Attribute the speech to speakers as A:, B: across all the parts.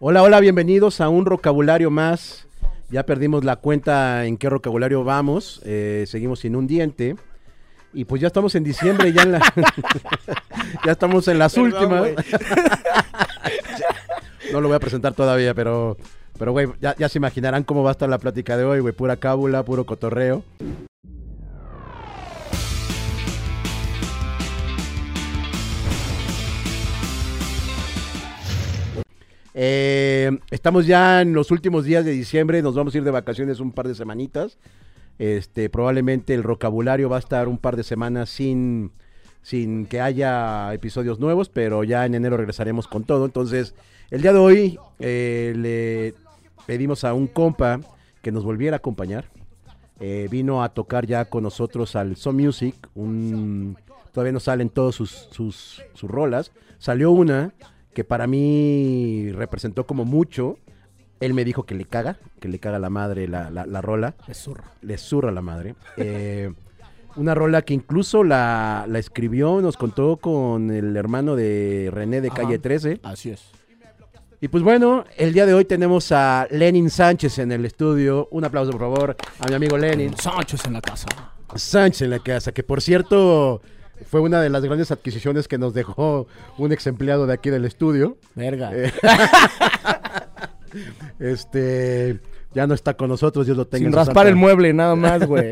A: Hola, hola, bienvenidos a un vocabulario más. Ya perdimos la cuenta en qué vocabulario vamos. eh, seguimos sin un diente. Y pues ya estamos en diciembre, ya en la- ya estamos en las últimas. no lo voy a presentar todavía, pero, pero güey, ya, ya se imaginarán cómo va a estar la plática de hoy, güey. Pura cábula, puro cotorreo. Eh, estamos ya en los últimos días de diciembre, nos vamos a ir de vacaciones un par de semanitas. Este, probablemente el vocabulario va a estar un par de semanas sin, sin que haya episodios nuevos, pero ya en enero regresaremos con todo. Entonces, el día de hoy eh, le pedimos a un compa que nos volviera a acompañar. Eh, vino a tocar ya con nosotros al Son Music. Un, todavía no salen todas sus, sus, sus rolas. Salió una que para mí representó como mucho. Él me dijo que le caga, que le caga la madre la, la, la rola. Le zurra. Le zurra la madre. Eh, una rola que incluso la, la escribió, nos contó con el hermano de René de
B: Ajá.
A: Calle 13.
B: Así es.
A: Y pues bueno, el día de hoy tenemos a Lenin Sánchez en el estudio. Un aplauso, por favor, a mi amigo Lenin.
B: Sánchez en la casa.
A: Sánchez en la casa, que por cierto fue una de las grandes adquisiciones que nos dejó un ex empleado de aquí del estudio.
B: Verga.
A: Eh, Este ya no está con nosotros, Dios lo tenga.
C: Sin
A: en su
C: raspar
A: santa-
C: el mueble, nada más, güey.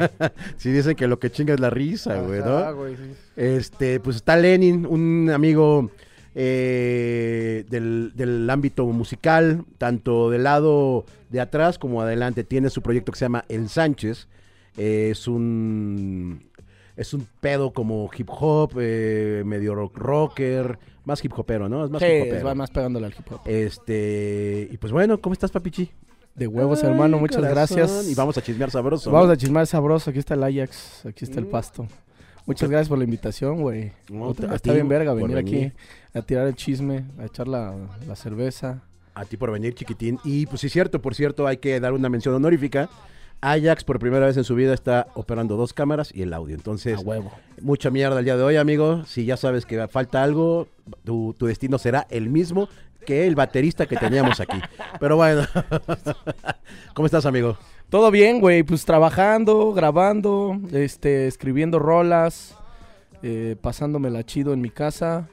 A: Si dicen que lo que chinga es la risa, güey, ¿no?
C: Ajá, güey, sí.
A: Este, pues está Lenin, un amigo eh, del, del ámbito musical, tanto del lado de atrás como adelante. Tiene su proyecto que se llama El Sánchez. Eh, es un. Es un pedo como hip hop, eh, medio rock- rocker, más hip hopero, ¿no? Es más
C: Sí,
A: hip hopero.
C: va más pegándole al hip hop.
A: Este, y pues bueno, ¿cómo estás, papichi?
C: De huevos, hermano,
A: Ay,
C: muchas
A: corazón.
C: gracias.
A: Y vamos a chismear sabroso.
C: Vamos
A: ¿no?
C: a chismar sabroso. Aquí está el Ajax, aquí está el pasto. Muchas gracias por la invitación, güey.
A: No,
C: Puta,
A: a
C: está
A: ti
C: bien verga
A: por
C: venir aquí
A: venir.
C: a tirar el chisme, a echar la, la cerveza.
A: A ti por venir, chiquitín. Y pues sí, cierto, por cierto, hay que dar una mención honorífica. Ajax por primera vez en su vida está operando dos cámaras y el audio. Entonces,
C: A huevo.
A: mucha mierda el día de hoy, amigo. Si ya sabes que falta algo, tu, tu destino será el mismo que el baterista que teníamos aquí. Pero bueno, ¿cómo estás, amigo?
C: Todo bien, güey. Pues trabajando, grabando, este, escribiendo rolas, eh, pasándomela chido en mi casa,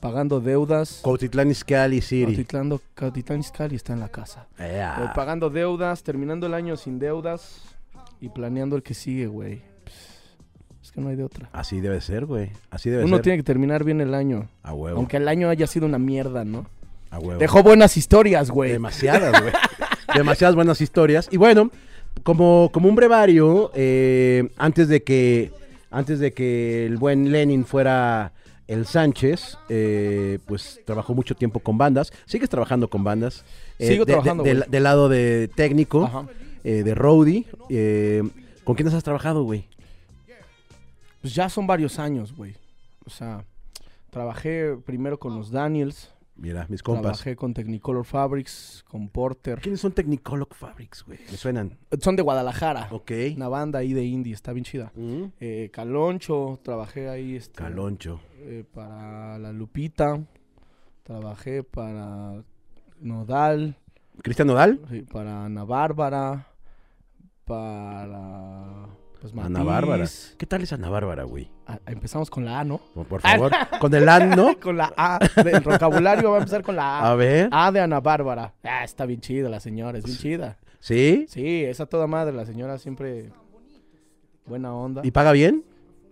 C: pagando deudas.
A: Cuautitlán Izcalli City. Ah.
C: Cautitlán, Cautitlán Izcalli está en la casa. Eh,
A: Ea.
C: pagando deudas, terminando el año sin deudas y planeando el que sigue, güey. Pues, Es que no hay de otra.
A: Así debe ser, güey. Así debe
C: Uno
A: ser.
C: tiene que terminar bien el año.
A: A huevo.
C: Aunque el año haya sido una mierda, ¿no?
A: A huevo.
C: Dejó buenas historias, güey.
A: Demasiadas, güey. Demasiadas buenas historias. Y bueno, como, como un brevario, eh, antes de que antes de que el buen Lenin fuera el Sánchez, eh, pues trabajó mucho tiempo con bandas. Sigues trabajando con bandas. Eh,
C: Sigo
A: de- de-
C: trabajando,
A: del-
C: güey.
A: del lado de técnico,
C: Ajá.
A: eh, de roadie. eh, ¿Con quiénes has trabajado, güey?
C: Pues ya son varios años, güey. O sea, trabajé primero con los Daniels,
A: Mira, mis compas.
C: trabajé con Technicolor Fabrics, con Porter.
A: ¿Quiénes son Technicolor Fabrics, güey? Me suenan.
C: Son de Guadalajara.
A: Ok.
C: Una banda ahí de indie, está bien chida.
A: Mm.
C: Eh, Caloncho, trabajé ahí. Este,
A: Caloncho.
C: eh, para La Lupita, trabajé para Nodal,
A: ¿Cristian Nodal?
C: sí, para Ana Bárbara, para pues,
A: Ana
C: Matiz.
A: Bárbara. ¿Qué tal es Ana Bárbara, güey?
C: Ah, empezamos con la A, ¿no?
A: Por- Por favor, con el and, ¿no?
C: Con la A, del vocabulario va a empezar con la A.
A: A ver,
C: A de Ana Bárbara. Ah, está bien chida la señora, es bien chida.
A: ¿sí?
C: Sí, esa toda madre, la señora siempre buena onda.
A: ¿Y paga bien?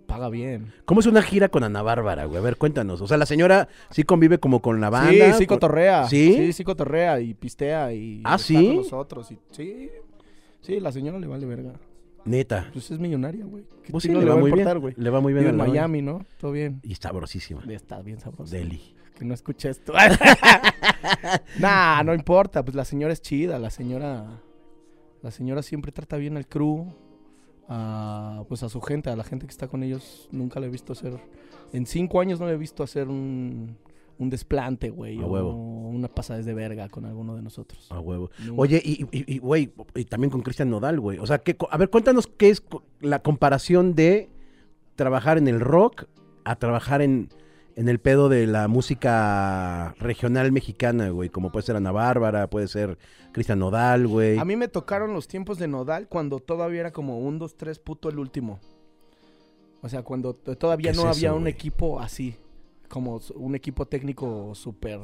C: paga bien.
A: ¿Cómo es una gira con Ana Bárbara, güey? A ver, cuéntanos. O sea, la señora sí convive como con la banda.
C: sí, sí
A: con-
C: cotorrea.
A: ¿Sí?
C: Sí, sí cotorrea y pistea y
A: ¿Ah,
C: está
A: sí?
C: con nosotros y sí. Sí, la señora le vale verga.
A: Neta.
C: Pues es millonaria, güey. ¿Qué
A: Pues sí,
C: chingo
A: le va muy bien.
C: importar, güey?
A: Le va muy bien
C: Vive
A: a
C: en
A: la banda.
C: Miami, ¿no? Todo bien.
A: Y sabrosísima.
C: Está bien sabroso.
A: Deli.
C: Que no escuché esto. nah, no importa, pues la señora es chida, la señora la señora siempre trata bien al crew. A, pues a su gente, a la gente que está con ellos, nunca le he visto hacer. En cinco años no le he visto hacer un, un desplante, güey.
A: A
C: o
A: huevo.
C: Una pasada de verga con alguno de nosotros.
A: A huevo.
C: Nunca.
A: Oye, y, y- y, güey, y también con Cristian Nodal, güey. O sea, que, a ver, cuéntanos qué es co- la comparación de trabajar en el rock a trabajar en, en el pedo de la música regional mexicana, güey, como puede ser Ana Bárbara, puede ser Cristian Nodal, güey.
C: A mí me tocaron los tiempos de Nodal cuando todavía era como un, dos, tres, puto el último. O sea, cuando t- todavía
A: ¿Qué
C: no
A: es
C: había
A: eso,
C: un
A: güey?
C: equipo así, como s- un equipo técnico súper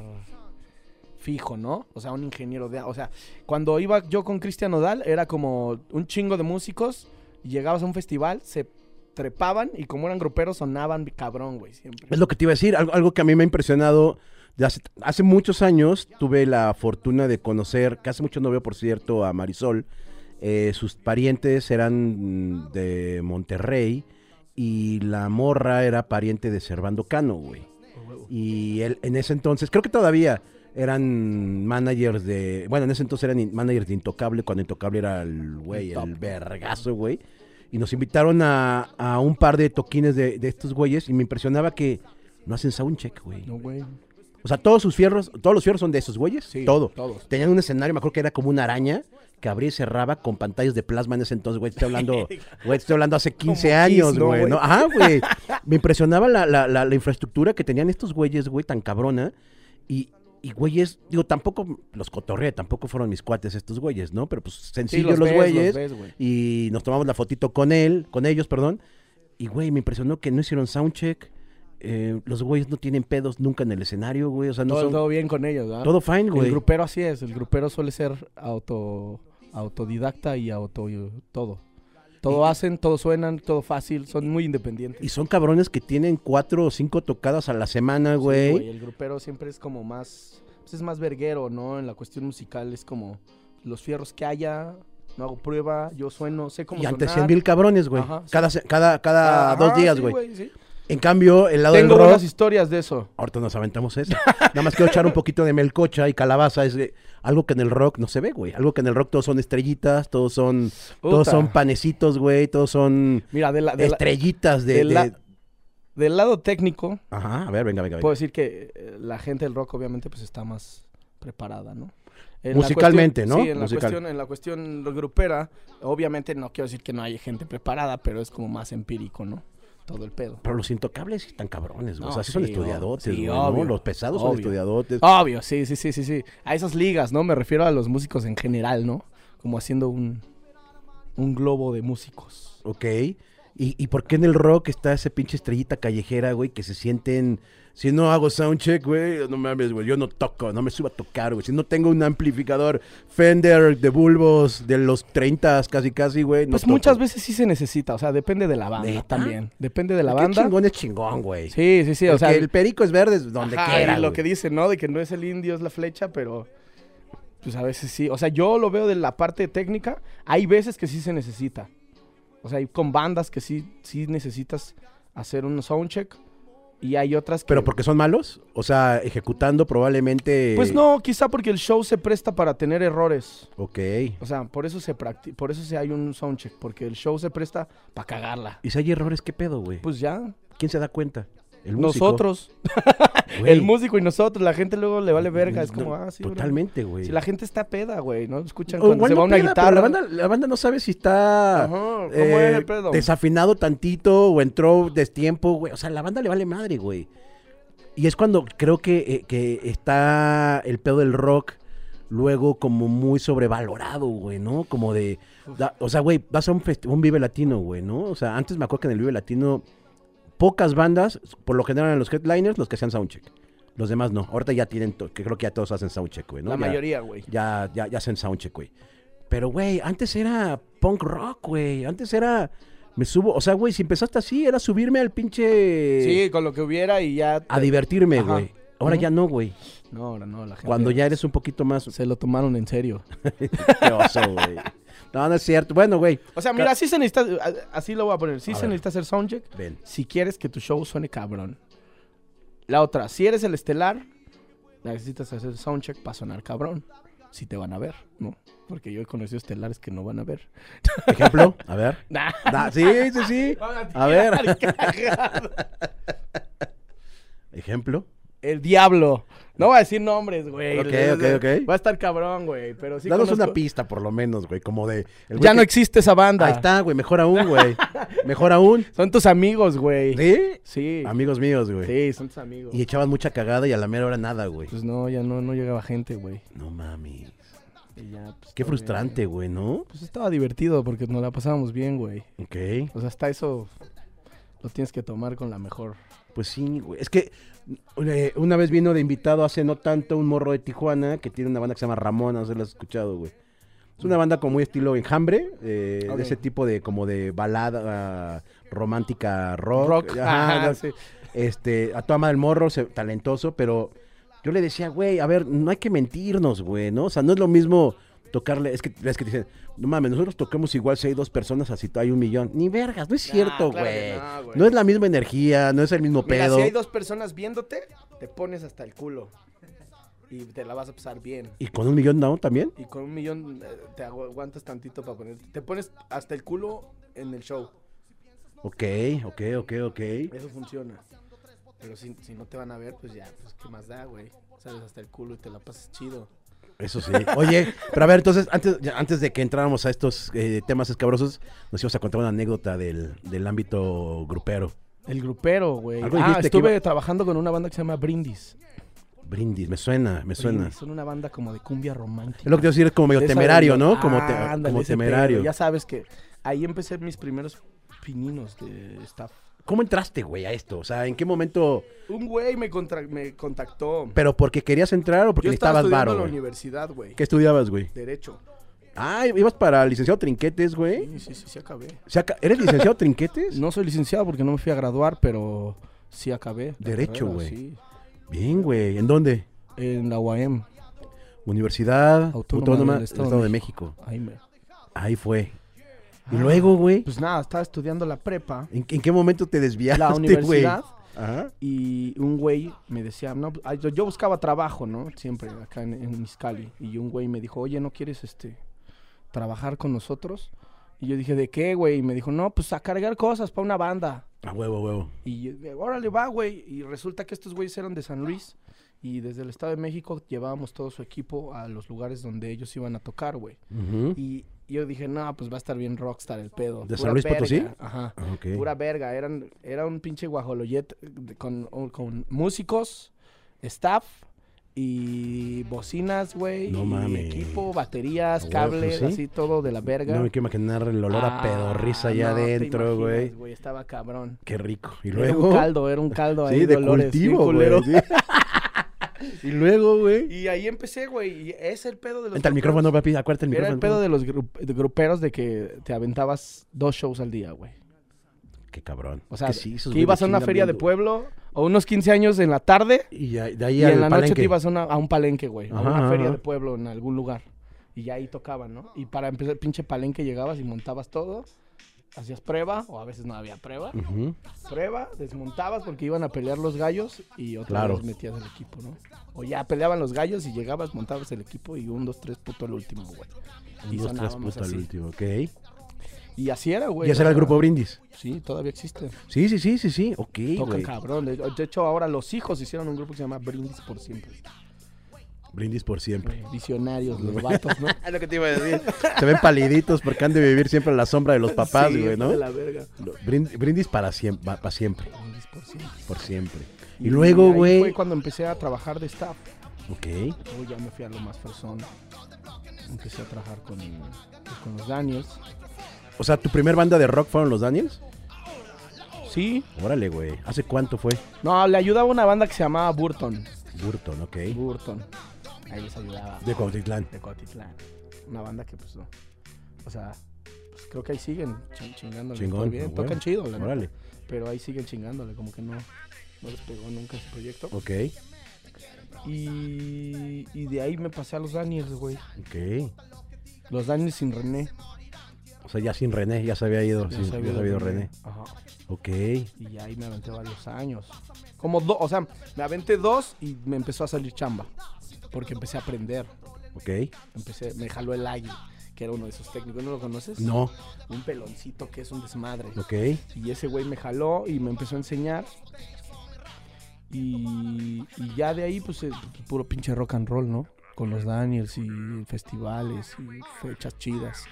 C: fijo, ¿no? O sea, un ingeniero de... O sea, cuando iba yo con Cristian Nodal era como un chingo de músicos y llegabas a un festival, se trepaban y como eran gruperos sonaban cabrón, güey, siempre.
A: Es lo que te iba a decir, algo, algo que a mí me ha impresionado. de hace, hace muchos años tuve la fortuna de conocer, que hace mucho no veo, por cierto, a Marisol. Eh, sus parientes eran mm, de Monterrey y la morra era pariente de Servando Cano, güey. Y él en ese entonces, creo que todavía eran managers de. Bueno, en ese entonces eran in- managers de Intocable, cuando Intocable era el güey,
C: El top.
A: el vergazo, güey. Y nos invitaron a, a un par de toquines de, de estos güeyes y me impresionaba que no hacen soundcheck, güey.
C: No, güey.
A: O sea, todos sus fierros, todos los fierros son de esos güeyes.
C: Sí,
A: todo.
C: todos.
A: Tenían un escenario, me acuerdo que era como una araña que abría y cerraba con pantallas de plasma en ese entonces, güey. Estoy hablando, güey, estoy hablando hace 15
C: Kiss,
A: años,
C: ¿no,
A: güey.
C: güey?
A: ¿no? Ajá, güey. Me impresionaba la, la- la- la infraestructura que tenían estos güeyes, güey, tan cabrona. Y, y güeyes, digo, tampoco los cotorré, tampoco fueron mis cuates estos güeyes, ¿no? Pero pues
C: Sí,
A: sencillos los
C: ves,
A: güeyes.
C: ves, güey.
A: Y nos tomamos la fotito con él, con ellos, perdón. Y, güey, me impresionó que no hicieron soundcheck. Eh, los güeyes no tienen pedos nunca en el escenario, güey. O sea, no
C: todo,
A: son...
C: todo bien con ellos, ¿verdad?
A: Todo fine,
C: El
A: güey.
C: grupero así es, el grupero suele ser auto autodidacta y auto todo. Todo hacen, todo suenan, todo fácil, son muy independientes.
A: Y son cabrones que tienen cuatro o cinco tocadas a la semana,
C: Sí,
A: güey.
C: el grupero siempre es como más pues es más verguero, ¿no? En la cuestión musical es como los fierros que haya, no hago prueba, yo sueno, sé cómo
A: y ante
C: sonar.
A: 100 mil cabrones, güey.
C: Ajá, sí.
A: Cada, se- cada, cada
C: Ajá,
A: dos días,
C: sí,
A: güey.
C: sí.
A: en cambio, el lado
C: Tengo
A: del rock...
C: buenas historias de eso.
A: Ahorita nos aventamos eso. Nada más quiero echar un poquito de melcocha y calabaza. Es eh, algo que en el rock no se ve, güey. Algo que en el rock todos son estrellitas, todos son... Todos
C: Puta.
A: son panecitos, güey. Todos son
C: Mira, de la- de la-
A: estrellitas de...
C: de la-
A: de-
C: del lado técnico,
A: Ajá, a ver, venga, venga. venga.
C: Puedo decir que eh, la gente del rock obviamente pues está más preparada, ¿no? En la
A: Musicalmente,
C: cuestión-
A: ¿no?
C: Sí, en
A: Musical.
C: la, cuestión, en la cuestión grupera, obviamente no quiero decir que no hay gente preparada, pero es como más empírico, ¿no? Todo el pedo.
A: Pero los intocables sí están cabrones, güey. o
C: No,
A: sea, sí son
C: sí, obvio.
A: estudiadotes,
C: Sí,
A: güey.
C: obvio.
A: ¿no? Los pesados son
C: Obvio. Ah.
A: estudiadotes.
C: Obvio, sí, sí, sí, sí, sí. A esas ligas, ¿no? Me refiero a los músicos en general, ¿no? Como haciendo un, un globo de músicos.
A: Ok. ¿Y, ¿Y por qué en el rock está esa pinche estrellita callejera, güey, que se sienten... Si no hago soundcheck, güey, no mames, güey, yo no toco, no me subo a tocar, güey. Si no tengo un amplificador Fender de bulbos de los 30 casi casi, güey, no
C: Pues
A: toco.
C: muchas veces sí se necesita, o sea, depende de la banda
A: ¿Neta?
C: también. Depende de la
A: El que
C: banda.
A: chingón es chingón, güey.
C: Sí, sí, sí,
A: el,
C: o sea,
A: que el perico es verde es donde
C: Ajá,
A: quiera,
C: y lo
A: güey.
C: que dice, ¿no? De que no es el indio, es la flecha, pero pues a veces sí. O sea, yo lo veo de la parte técnica. Hay veces que sí se necesita. O sea, hay con bandas que sí, sí necesitas hacer un soundcheck. Y hay otras que...
A: ¿Pero porque son malos? O sea, ejecutando probablemente...
C: Pues no, quizá porque el show se presta para tener errores.
A: Ok.
C: O sea, por eso se practi- por eso se hay un soundcheck, porque el show se presta para cagarla.
A: ¿Y si hay errores, qué pedo, güey?
C: Pues ya,
A: ¿Quién se da cuenta? El músico.
C: nosotros,
A: Güey.
C: el músico y nosotros, la gente luego le vale verga, es como,
A: No,
C: ah, sí, bro".
A: Totalmente, güey.
C: Si la gente está peda, güey, ¿no? Escuchan
A: O
C: cuando
A: igual
C: se
A: no
C: va una
A: peda, pero
C: guitarra.
A: La banda, la banda no sabe si está
C: Ajá, ¿cómo
A: eh,
C: es el pedo?
A: desafinado tantito o entró destiempo, güey. O sea, la banda le vale madre, güey. Y es cuando creo que, eh, que está el pedo del rock luego como muy sobrevalorado, güey, ¿no? Como de... da- o sea, güey, vas a un, festi- un Vive Latino, güey, ¿no? O sea, antes me acuerdo que en el Vive Latino pocas bandas, por lo general eran los headliners, los que hacían soundcheck. Los demás no. Ahorita ya tienen, to- que creo que ya todos hacen soundcheck, güey, ¿no?
C: La
A: Ya-
C: mayoría, güey.
A: ya, ya, ya hacen soundcheck, güey. Pero, güey, antes era punk rock, güey. Antes era. Me subo. O sea, güey, si empezaste así, era subirme al pinche.
C: Sí, con lo que hubiera y ya.
A: A divertirme,
C: Ajá.
A: güey. Ahora
C: Ujú.
A: ya no, güey.
C: No, ahora no, la gente.
A: Cuando ya eres un poquito más.
C: Se lo tomaron en serio.
A: Qué oso, güey. No, no es cierto. Bueno, güey.
C: O sea,
A: Ca-
C: mira, sí se necesita. a- Así lo voy a poner. Sí
A: A
C: se
A: ver.
C: necesita hacer soundcheck
A: Ven.
C: si quieres que tu show suene cabrón. La otra, si eres el estelar, necesitas hacer soundcheck para sonar cabrón. Si te van a ver, ¿no? Porque yo he conocido estelares que no van a ver.
A: Ejemplo. A ver.
C: Nah.
A: Da- sí, sí, sí.
C: Van
A: A ver.
C: tirar, cagado.
A: Ejemplo.
C: El diablo. No voy a decir nombres, güey.
A: Ok,
C: Le- le-
A: ok, ok.
C: Va a estar cabrón, güey. Pero sí.
A: Danos
C: conozco-
A: una pista, por lo menos, güey, como de... el güey
C: Ya no
A: que-
C: existe esa banda.
A: Ahí está, güey, mejor aún, güey. Mejor aún.
C: Son tus amigos, güey.
A: ¿Sí?
C: Sí.
A: Amigos míos, güey.
C: Sí, son tus amigos.
A: Y echaban mucha cagada y a la mera hora nada, güey.
C: Pues no, ya no, no llegaba gente, güey.
A: No mames.
C: Y ya,
A: Qué
C: pues, todo bien.
A: frustrante, güey, ¿no?
C: Pues estaba divertido porque nos la pasábamos bien, güey.
A: Ok.
C: O sea, hasta eso lo tienes que tomar con la mejor.
A: Pues sí, güey. Es que eh, una vez vino de invitado hace no tanto un morro de Tijuana que tiene una banda que se llama Ramón, no sé si la has escuchado, güey. Es una banda como muy estilo enjambre, eh,
C: Ok.
A: de ese tipo de como de balada ah, romántica rock.
C: Rock.
A: Ajá,
C: Ajá,
A: no-
C: sí.
A: Este, a tu ama del morro, se- talentoso, pero yo le decía, güey, a ver, no hay que mentirnos, güey, ¿no? O sea, no es lo mismo tocarle, es que es que te dicen, no mames, nosotros tocamos igual si hay dos personas, así hay un millón. Ni vergas, no es
C: Nah,
A: cierto,
C: claro que
A: güey.
C: no, güey.
A: no es la misma energía, no es el mismo
C: Mira,
A: pedo.
C: si hay dos personas viéndote, te pones hasta el culo. Y te la vas a pasar bien.
A: ¿Y con un millón no también?
C: Y con un millón eh, te agu- aguantas tantito para ponerte. Te pones hasta el culo en el show.
A: Ok, ok, ok, ok.
C: Eso funciona. Pero si, si no te van a ver, pues ya, pues qué más da, güey. Sales hasta el culo y te la pasas chido.
A: Eso sí. Oye, pero a ver, entonces, antes, ya, antes de que entráramos a estos eh, temas escabrosos, nos ibas a contar una anécdota del, del ámbito grupero.
C: El grupero, güey.
A: Algo
C: Ah,
A: dijiste que
C: estuve
A: iba-
C: trabajando con una banda que se llama Brindis.
A: Brindis, me suena, me suena.
C: Brindis, son una banda como de cumbia romántica.
A: Es lo que te iba a decir, es como medio
C: De esa
A: temerario,
C: de-
A: ¿no? Como,
C: Ah,
A: te-
C: ándale,
A: como
C: ese pedo.
A: temerario.
C: Ya sabes que ahí empecé mis primeros pininos de staff.
A: ¿Cómo entraste, güey, a esto? O sea, ¿en qué momento?
C: Un güey me, contra- me contactó.
A: ¿Pero porque querías entrar o porque
C: Yo estaba
A: necesitabas varo,
C: estudiando en la
A: güey?
C: universidad, güey.
A: ¿Qué estudiabas, güey?
C: Derecho.
A: Ah, ibas para licenciado Trinquetes, güey.
C: Sí, sí, sí, sí acabé.
A: O sea, ca- ¿Eres licenciado Trinquetes?
C: No soy licenciado porque no me fui a graduar, pero sí acabé. la
A: Derecho,
C: carrera,
A: güey.
C: sí.
A: Bien, güey. ¿En dónde?
C: En la UAM.
A: Universidad
C: Autónoma
A: Autónoma
C: del
A: del Estado, de México.
C: Ahí me.
A: Ahí fue. Y
C: Ah.
A: luego, güey,
C: Pues nada, estaba estudiando la prepa,
A: ¿en, en qué momento te desviaste,
C: la
A: güey?
C: universidad.
A: Ajá.
C: Y un güey me decía, no, pues, ay, yo, yo buscaba trabajo, ¿no? Siempre acá en, en Mizcali. Y un güey me dijo, oye, ¿no quieres este trabajar con nosotros? Y yo dije, ¿de qué, güey? Y me dijo, no, pues a cargar cosas para una banda.
A: A huevo, huevo.
C: Y yo, eh, órale, va, güey. Y resulta que estos güeyes eran de San Luis. Y desde el Estado de México llevábamos todo su equipo a los lugares donde ellos iban a tocar, güey.
A: Ujú.
C: Y yo dije, no, pues va a estar bien rockstar el pedo.
A: ¿De
C: Pura
A: San Luis Potosí?
C: verga. Ajá.
A: Ah, ok.
C: Pura verga. Eran, era un pinche guajoloyet de- con, o- con músicos, staff y bocinas, güey.
A: No
C: y
A: mames.
C: equipo, baterías,
A: A huevo,
C: cables,
A: ¿sí?
C: así todo de la verga.
A: No me quiero imaginar el olor a
C: Ah,
A: pedorriza allá
C: no te
A: adentro,
C: imaginas,
A: güey.
C: Estaba cabrón.
A: Qué rico. Y
C: Era un
A: luego.
C: caldo, era un caldo ahí
A: Sí, de
C: olores, bien
A: cultivo, güey.
C: culero.
A: sí. y luego, güey.
C: Y ahí empecé, güey. Y es el pedo de los.
A: Entra el
C: gruperos.
A: micrófono, papi. Acuérdate el
C: Era
A: micrófono.
C: el pedo de los grup- de gruperos de que te aventabas dos shows al día, güey.
A: Qué cabrón.
C: O sea,
A: Que
C: que,
A: sí, esos
C: ibas
A: güeyes
C: a una
A: chingan
C: feria
A: bien,
C: de
A: güey.
C: pueblo o unos 15 años en la tarde
A: Y ya- de ahí
C: y,
A: al
C: en la noche
A: palenque.
C: te ibas a, una- a un palenque, güey. A
A: Ajá,
C: una feria
A: ajá.
C: de pueblo en algún lugar. Y ya ahí tocaban, ¿no? Y para empezar, pinche palenque llegabas y montabas todo. Hacías prueba, o a veces no había prueba.
A: Ujú.
C: Prueba, desmontabas porque iban a pelear los gallos y otra
A: Claro.
C: vez metías el equipo, ¿no? O ya peleaban los gallos y llegabas, montabas el equipo y un, dos, tres, puto el último, güey.
A: Un, dos, tres,
C: sonábamos
A: puto al
C: así.
A: último, ok. Y
C: Y así era, güey.
A: ese era el grupo Brindis.
C: Sí, todavía existe.
A: Sí, sí, sí, sí, sí. Ok,
C: Tocan
A: güey.
C: cabrón. De, de hecho, ahora los hijos hicieron un grupo que se llama Brindis por siempre.
A: Brindis por siempre.
C: Visionarios, los vatos, ¿no?
A: Es lo que te iba a decir. Se ven paliditos porque han de vivir siempre a la sombra de los papás,
C: Sí,
A: güey,
C: de
A: ¿no?
C: la verga.
A: Brind- Brindis para siempre, para siempre,
C: Brindis por siempre.
A: por siempre. Y luego,
C: ahí Fue
A: güey.
C: cuando empecé a trabajar de staff.
A: Ok.
C: Luego ya me fui a lo más fresón. Empecé a trabajar con, con los Daniels.
A: O sea, ¿tu primer banda de rock fueron los Daniels?
C: Sí.
A: Órale, güey. ¿Hace cuánto fue?
C: No, le ayudaba una banda que se llamaba Burton.
A: Burton, ok.
C: Burton. Ahí les ayudaba.
A: De Cuautitlán.
C: de Cotitlán. Una banda que, pues, no. O sea, pues, creo que ahí siguen chin- chingándole.
A: Chingón.
C: bien,
A: güey.
C: tocan chido, la neta,
A: Órale.
C: Pero ahí siguen chingándole, como que no, no les pegó nunca ese proyecto.
A: Ok, Oh.
C: Y, y de ahí me pasé a los Daniels, güey.
A: ok.
C: Los Daniels sin René.
A: O sea, ya sin René, ya se había ido. sin- Pues Ya se había, ido René.
C: Ajá.
A: Ok.
C: Y ahí me aventé varios años. Como dos, o sea, me aventé dos y me empezó a salir chamba. Porque empecé a aprender.
A: Ok.
C: Empecé, me jaló el águila, que era uno de esos técnicos. ¿No lo conoces?
A: No.
C: Un peloncito que es un desmadre.
A: Ok.
C: Y ese güey me jaló y me empezó a enseñar. Y, y ya de ahí, pues, es puro pinche rock and roll, ¿no? Con los Daniels y festivales y fechas chidas,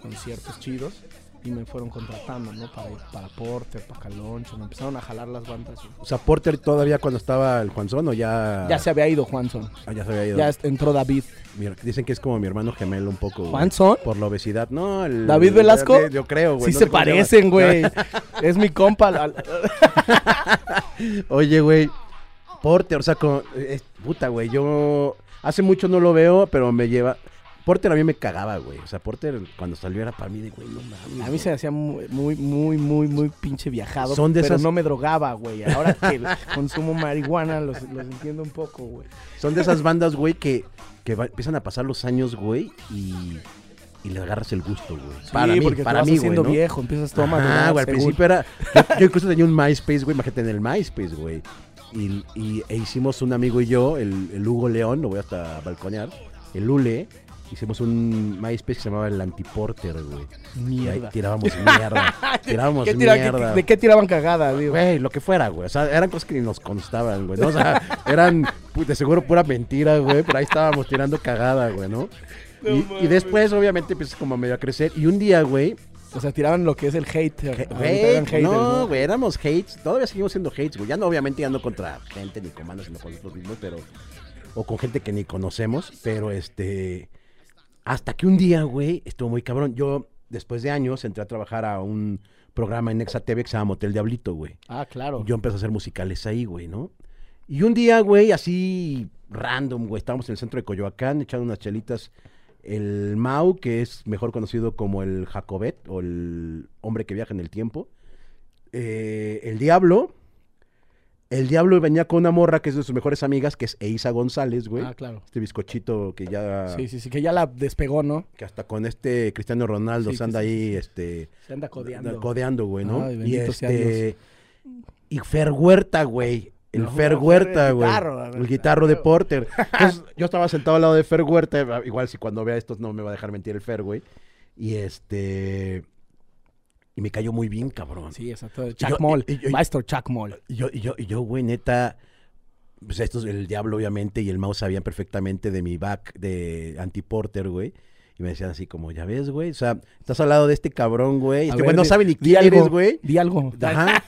C: conciertos chidos. Y me fueron contratando, ¿no? Para, para Porter, para Caloncho. Me empezaron a jalar las bandas.
A: O sea, Porter todavía cuando estaba el Juanzón o ya.
C: Ya se había ido Juanson.
A: Ah, ya se había ido.
C: Ya entró David.
A: Mi- Dicen que es como mi hermano gemelo un poco. güey.
C: ¿Juanson?
A: Por la obesidad, ¿no? el-
C: ¿David Velasco?
A: Yo, yo creo, güey.
C: Sí
A: no
C: se
A: sé cómo llama.
C: parecen, güey. es mi compa. la- la-
A: Oye, güey. Porter, o sea, como, es- puta, güey. Yo hace mucho no lo veo, pero me lleva. Porter a mí me cagaba, güey. O sea, Porter cuando salió era para mí de, güey, no mames.
C: A mí
A: güey.
C: se me hacía muy, muy, muy, muy, muy pinche viajado.
A: Son de
C: pero
A: esas-
C: no me drogaba, güey. Ahora que consumo marihuana, los, los entiendo un poco, güey.
A: Son de esas bandas, güey, que, que va- empiezan a pasar los años, güey, y, y le agarras el gusto, güey. para
C: Sí,
A: mí,
C: porque
A: para
C: te vas
A: mí, güey.
C: haciendo
A: ¿no?
C: viejo, empiezas todo a
A: Ah,
C: madurar,
A: güey, al
C: según.
A: principio era. Yo, yo incluso tenía un MySpace, güey, imagínate en el MySpace, güey. Y, y- e hicimos un amigo y yo, el, el Hugo León, lo voy hasta balconear, el Lule, hicimos un MySpace que se llamaba el Antiporter, güey. Y ahí
C: Mierda.
A: tirábamos mierda. tirábamos
C: ¿Qué tira- qué-
A: mierda.
C: ¿De qué tiraban cagada, digo?
A: Güey, lo que fuera, güey. O sea, eran cosas que ni nos constaban, güey. ¿no? O sea, eran pu- de seguro pura mentira, güey. Pero ahí estábamos tirando cagada, güey, ¿no?
C: No
A: y, y
C: mames.
A: después, obviamente, empiezas como medio a crecer. Y un día, güey,
C: O sea, tiraban lo que es el hater.
A: Ge-
C: Ahorita
A: güey,
C: eran haters,
A: no, güey, éramos hates. Todavía seguimos siendo hates, güey. Ya no, obviamente, ya no contra gente ni comandos, sino con nosotros mismos, pero. O con gente que ni conocemos, pero este. Hasta que un día, güey, estuvo muy cabrón. Yo, después de años, entré a trabajar a un programa en Nexa TV que se llama Motel Diablito, güey.
C: Ah, claro.
A: Yo empecé a hacer musicales ahí, güey, ¿no? Y un día, güey, así random, güey, estábamos en el centro de Coyoacán echando unas chelitas. El Mau, que es mejor conocido como el Jacobet o el hombre que viaja en el tiempo. Eh, el Diablo. El Diablo venía con una morra que es de sus mejores amigas, que es Eiza González, güey. Ah.
C: Ah, claro.
A: Este bizcochito que ya.
C: Sí, sí, sí, que ya la despegó, ¿no?
A: Que hasta con este Cristiano Ronaldo
C: Sí,
A: se anda
C: sí, sí,
A: ahí, este.
C: Se anda codeando.
A: Codeando, güey, ¿no?
C: Ay,
A: y
C: bendito sea
A: este. Y Fer Huerta, güey. El
C: No,
A: Fer
C: Fer,
A: Huerta,
C: el
A: güey.
C: guitarro, a ver,
A: El guitarro de
C: claro.
A: Porter. Entonces, yo estaba sentado al lado de Fer Huerta. Igual si cuando vea estos no me va a dejar mentir el Fer, güey. Y este. Y me cayó muy bien, cabrón.
C: Sí, exacto. Chuck
A: yo-
C: Moll.
A: y- y-
C: Maestro Chuck Moll.
A: Y yo, y yo, y yo, güey, neta. Pues estos, el diablo, obviamente, y el mouse sabían perfectamente de mi back de antiporter, güey. Y me decían así como, ya ves, güey. O sea, estás al lado de este cabrón, güey.
C: A
A: Este
C: ver,
A: güey no
C: di-
A: sabe ni
C: di
A: quién
C: algo,
A: eres, güey.
C: Di algo.
A: Ajá.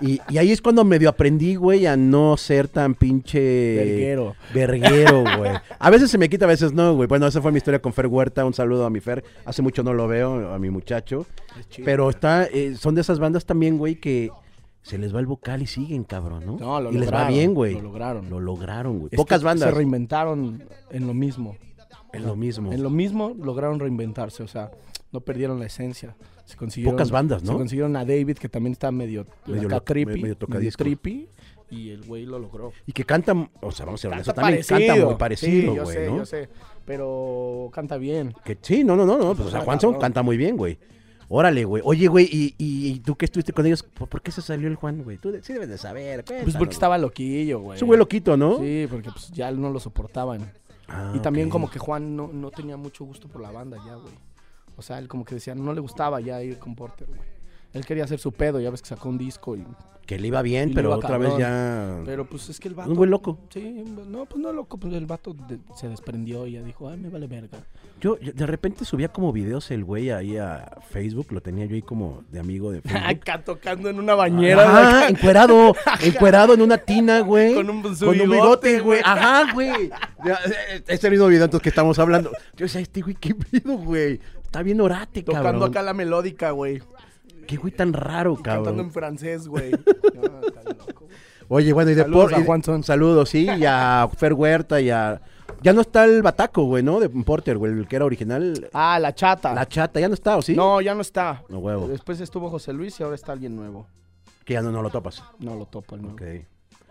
A: Y, y ahí es cuando medio aprendí, güey, a no ser tan pinche.
C: Verguero.
A: Verguero, güey. A veces se me quita, a veces no, güey. Bueno, esa fue mi historia con Fer Huerta. Un saludo a mi Fer. Hace mucho no lo veo, a mi muchacho. Pero está, eh, son de esas bandas también, güey, que se les va el vocal y siguen, cabrón, ¿no?
C: No, lo
A: y les va
C: lograron,
A: bien, güey.
C: lo lograron.
A: Lo lograron, güey.
C: Es
A: Pocas
C: que
A: bandas.
C: Se reinventaron en lo mismo.
A: Es lo mismo.
C: En lo mismo lograron reinventarse, o sea, no perdieron la esencia. Se consiguieron,
A: Pocas bandas, ¿no?
C: Se consiguieron a David, que también está medio,
A: Medio
C: acá
A: loca-
C: trippy,
A: medio tocadiscos.
C: trippy, y el güey lo logró.
A: Y que cantan, o sea, vamos a ver, eso
C: Canta
A: también canta muy parecido,
C: Sí, yo
A: güey,
C: sé,
A: ¿no? Pues
C: yo sé, pero canta bien.
A: Que sí, no, no, no, no. Pues, o sea,
C: Ah,
A: Juanson
C: cabrón.
A: canta muy bien, güey. Órale, güey. Oye, güey, ¿y, y, y tú qué estuviste con ellos? ¿Por, por qué se salió el Juan, güey? Tú de- sí debes de saber.
C: Pues porque estaba loquillo, güey.
A: Es un güey loquito, ¿no?
C: Sí, porque pues, ya no lo soportaban.
A: Ah,
C: y también
A: ok.
C: como que Juan no, no tenía mucho gusto por la banda ya, güey. O sea, él como que decía, no le gustaba ya ir con Porter, güey. Él quería hacer su pedo, ya ves que sacó un disco y
A: Que le iba
C: Y
A: bien,
C: le
A: pero
C: iba
A: otra
C: cabrón.
A: vez ya...
C: Pero pues es que el vato.
A: Ah. Un güey loco.
C: Sí, no, pues no loco. Pues el vato de- se desprendió y ya dijo, ay, me vale verga.
A: Yo, yo de repente subía como videos el güey ahí a Facebook. Lo tenía yo ahí como de amigo de Facebook.
C: Acá tocando en una
A: Ajá, encuerado, encuerado en una tina, güey.
C: Con un- su
A: Con un
C: bigote,
A: bigote, güey.
C: güey.
A: Ajá, güey. Ya, eh, Este mismo video entonces que estamos hablando. Yo decía, este güey, qué pedo, güey. Está bien orate,
C: Tocando
A: cabrón.
C: acá la melódica, güey.
A: Qué güey tan raro,
C: Cantando
A: cabrón.
C: en francés, güey. No, está loco, güey.
A: Oye, bueno, y de
C: Saludos
A: Por-
C: a
A: y de-
C: Juanson.
A: Saludos, sí, y a Fer Huerta y a. Ya no está el Bataco, güey, ¿no? De Porter, güey, el que era original.
C: ah, la chata.
A: La chata, ya no está, ¿o sí?
C: No, ya no está.
A: No huevo.
C: Después estuvo José Luis y ahora está alguien nuevo.
A: Que ya no, no lo topas.
C: No lo topo el nuevo.
A: Ok.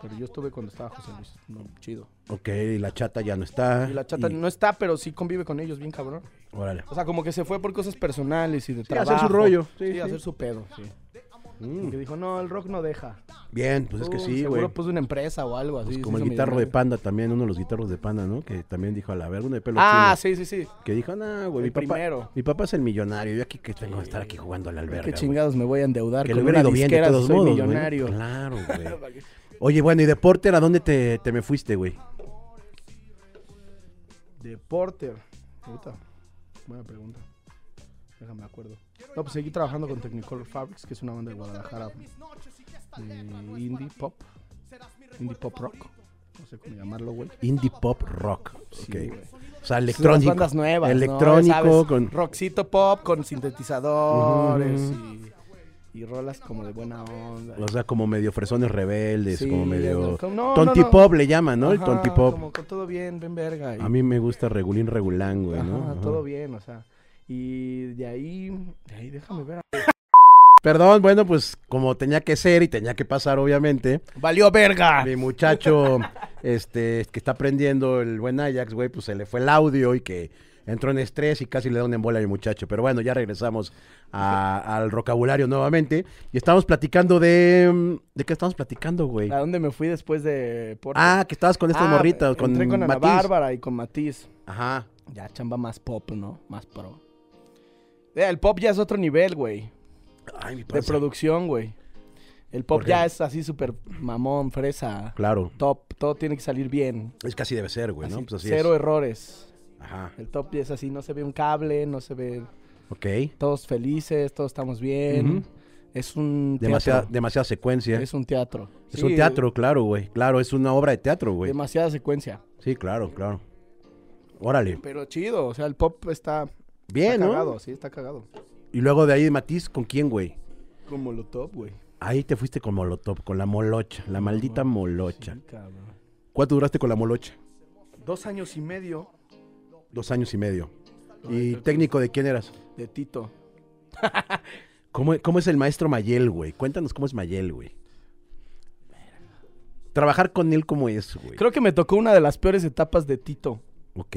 C: Pero yo estuve cuando estaba José Luis. No, chido.
A: Ok, y la chata ya no está.
C: Y la chata
A: Y-
C: no está, pero sí convive con ellos, bien cabrón.
A: Órale.
C: O sea, como que se fue por cosas personales y de
A: hacer su
C: trabajo.
A: rollo. Sí,
C: Sí,
A: sí.
C: hacer su pedo, sí.
A: Mm,
C: Que dijo, no, el rock no deja.
A: Bien, pues es que
C: Pum,
A: sí,
C: Uh, Seguro
A: güey.
C: puso una empresa o algo así.
A: Pues
C: se
A: como el
C: hizo
A: guitarro de
C: millonario.
A: panda también, uno de los guitarros de panda, ¿no? Que también dijo a la verga, uno de pelo
C: Ah,
A: chino.
C: sí, sí, sí.
A: Que dijo, no, güey, mi
C: El
A: papá,
C: primero.
A: mi papá es el millonario. Yo aquí que tengo que estar aquí jugando a la alberga.
C: Qué
A: güey.
C: chingados me voy a endeudar
A: Que le
C: con
A: hubiera
C: una
A: ido bien de
C: disquera si
A: todos
C: soy
A: modos, güey.
C: millonario.
A: Claro, güey. Oye, bueno, ¿y de Porter a dónde te, te me fuiste, güey?
C: De Porter. Puta. Buena pregunta. Déjame me acuerdo. No, pues seguí trabajando con Technicolor Fabrics, que es una banda de Guadalajara de indie pop, indie pop rock. No sé cómo llamarlo, güey.
A: Indie pop rock.
C: Sí,
A: ok.
C: güey.
A: O sea,
C: Pues las
A: electrónico.
C: bandas nuevas. ¿no?
A: Electrónico
C: ¿Sabes?
A: con.
C: Rockcito pop con sintetizadores y, y rolas como de buena onda.
A: O sea, como medio fresones rebeldes,
C: Sí,
A: como medio.
C: es como- no, no,
A: Tonti
C: no.
A: pop le llaman, ¿no? el
C: Ajá,
A: tonti pop.
C: Como con todo bien, ven verga. y-
A: A mí me gusta regulín regulán, güey, ¿no?
C: ajá,
A: Ajá.
C: todo bien, o sea. Y de ahí, de ahí déjame ver.
A: Perdón, bueno, pues como tenía que ser y tenía que pasar, obviamente.
C: ¡Valió verga!
A: Mi muchacho, este, que está aprendiendo el buen Ajax, güey, pues se le fue el audio y que entró en estrés y casi le da una embola a mi muchacho. Pero bueno, ya regresamos a- al vocabulario nuevamente. Y estamos platicando de. mm, ¿De qué estamos platicando, güey?
C: ¿A dónde me fui después de Porto?
A: Ah, que estabas con estas
C: Ah,
A: morritas, con,
C: entré con Ana
A: Matiz.
C: Bárbara y con Matiz.
A: Ajá.
C: Ya chamba más pop, ¿no? Más pro. Eh, El pop ya es otro nivel, güey.
A: Ay, mi
C: De
A: panza.
C: producción, güey. El
A: Pues
C: pop
A: ¿Por qué?
C: ya es así súper mamón, fresa,
A: Claro.
C: top. Todo tiene que salir bien.
A: Es casi debe ser, güey, ¿no?
C: Así,
A: Pues así
C: cero errores.
A: es. Ajá.
C: El top ya es así, no se ve un cable, no se ve...
A: Ok.
C: Todos felices, todos estamos bien.
A: Ujú.
C: Es un teatro.
A: Demasiada, demasiada secuencia.
C: Es un teatro.
A: Es
C: Sí,
A: un teatro, claro, güey. Claro, es una obra de teatro, güey.
C: Demasiada secuencia.
A: Sí, claro, claro. Órale.
C: Pero chido, o sea, el pop está,
A: Bien,
C: está
A: ¿no?
C: cagado, sí, está cagado.
A: Y luego de ahí Matiz, ¿con quién, güey?
C: Como lo top, güey.
A: Ahí te fuiste con Molotov, con la molocha, la maldita molocha.
C: Sí, cabrón.
A: ¿Cuánto duraste con la molocha?
C: Dos años y medio
A: Dos años y medio.
C: Ay,
A: ¿Y
C: creo que-
A: técnico de quién eras?
C: de Tito.
A: ¿Cómo, cómo es el maestro Mayel, güey? Cuéntanos cómo es Mayel, güey. Trabajar con él, ¿cómo es, güey?
C: Creo que me tocó una de las peores etapas de Tito,
A: Ok.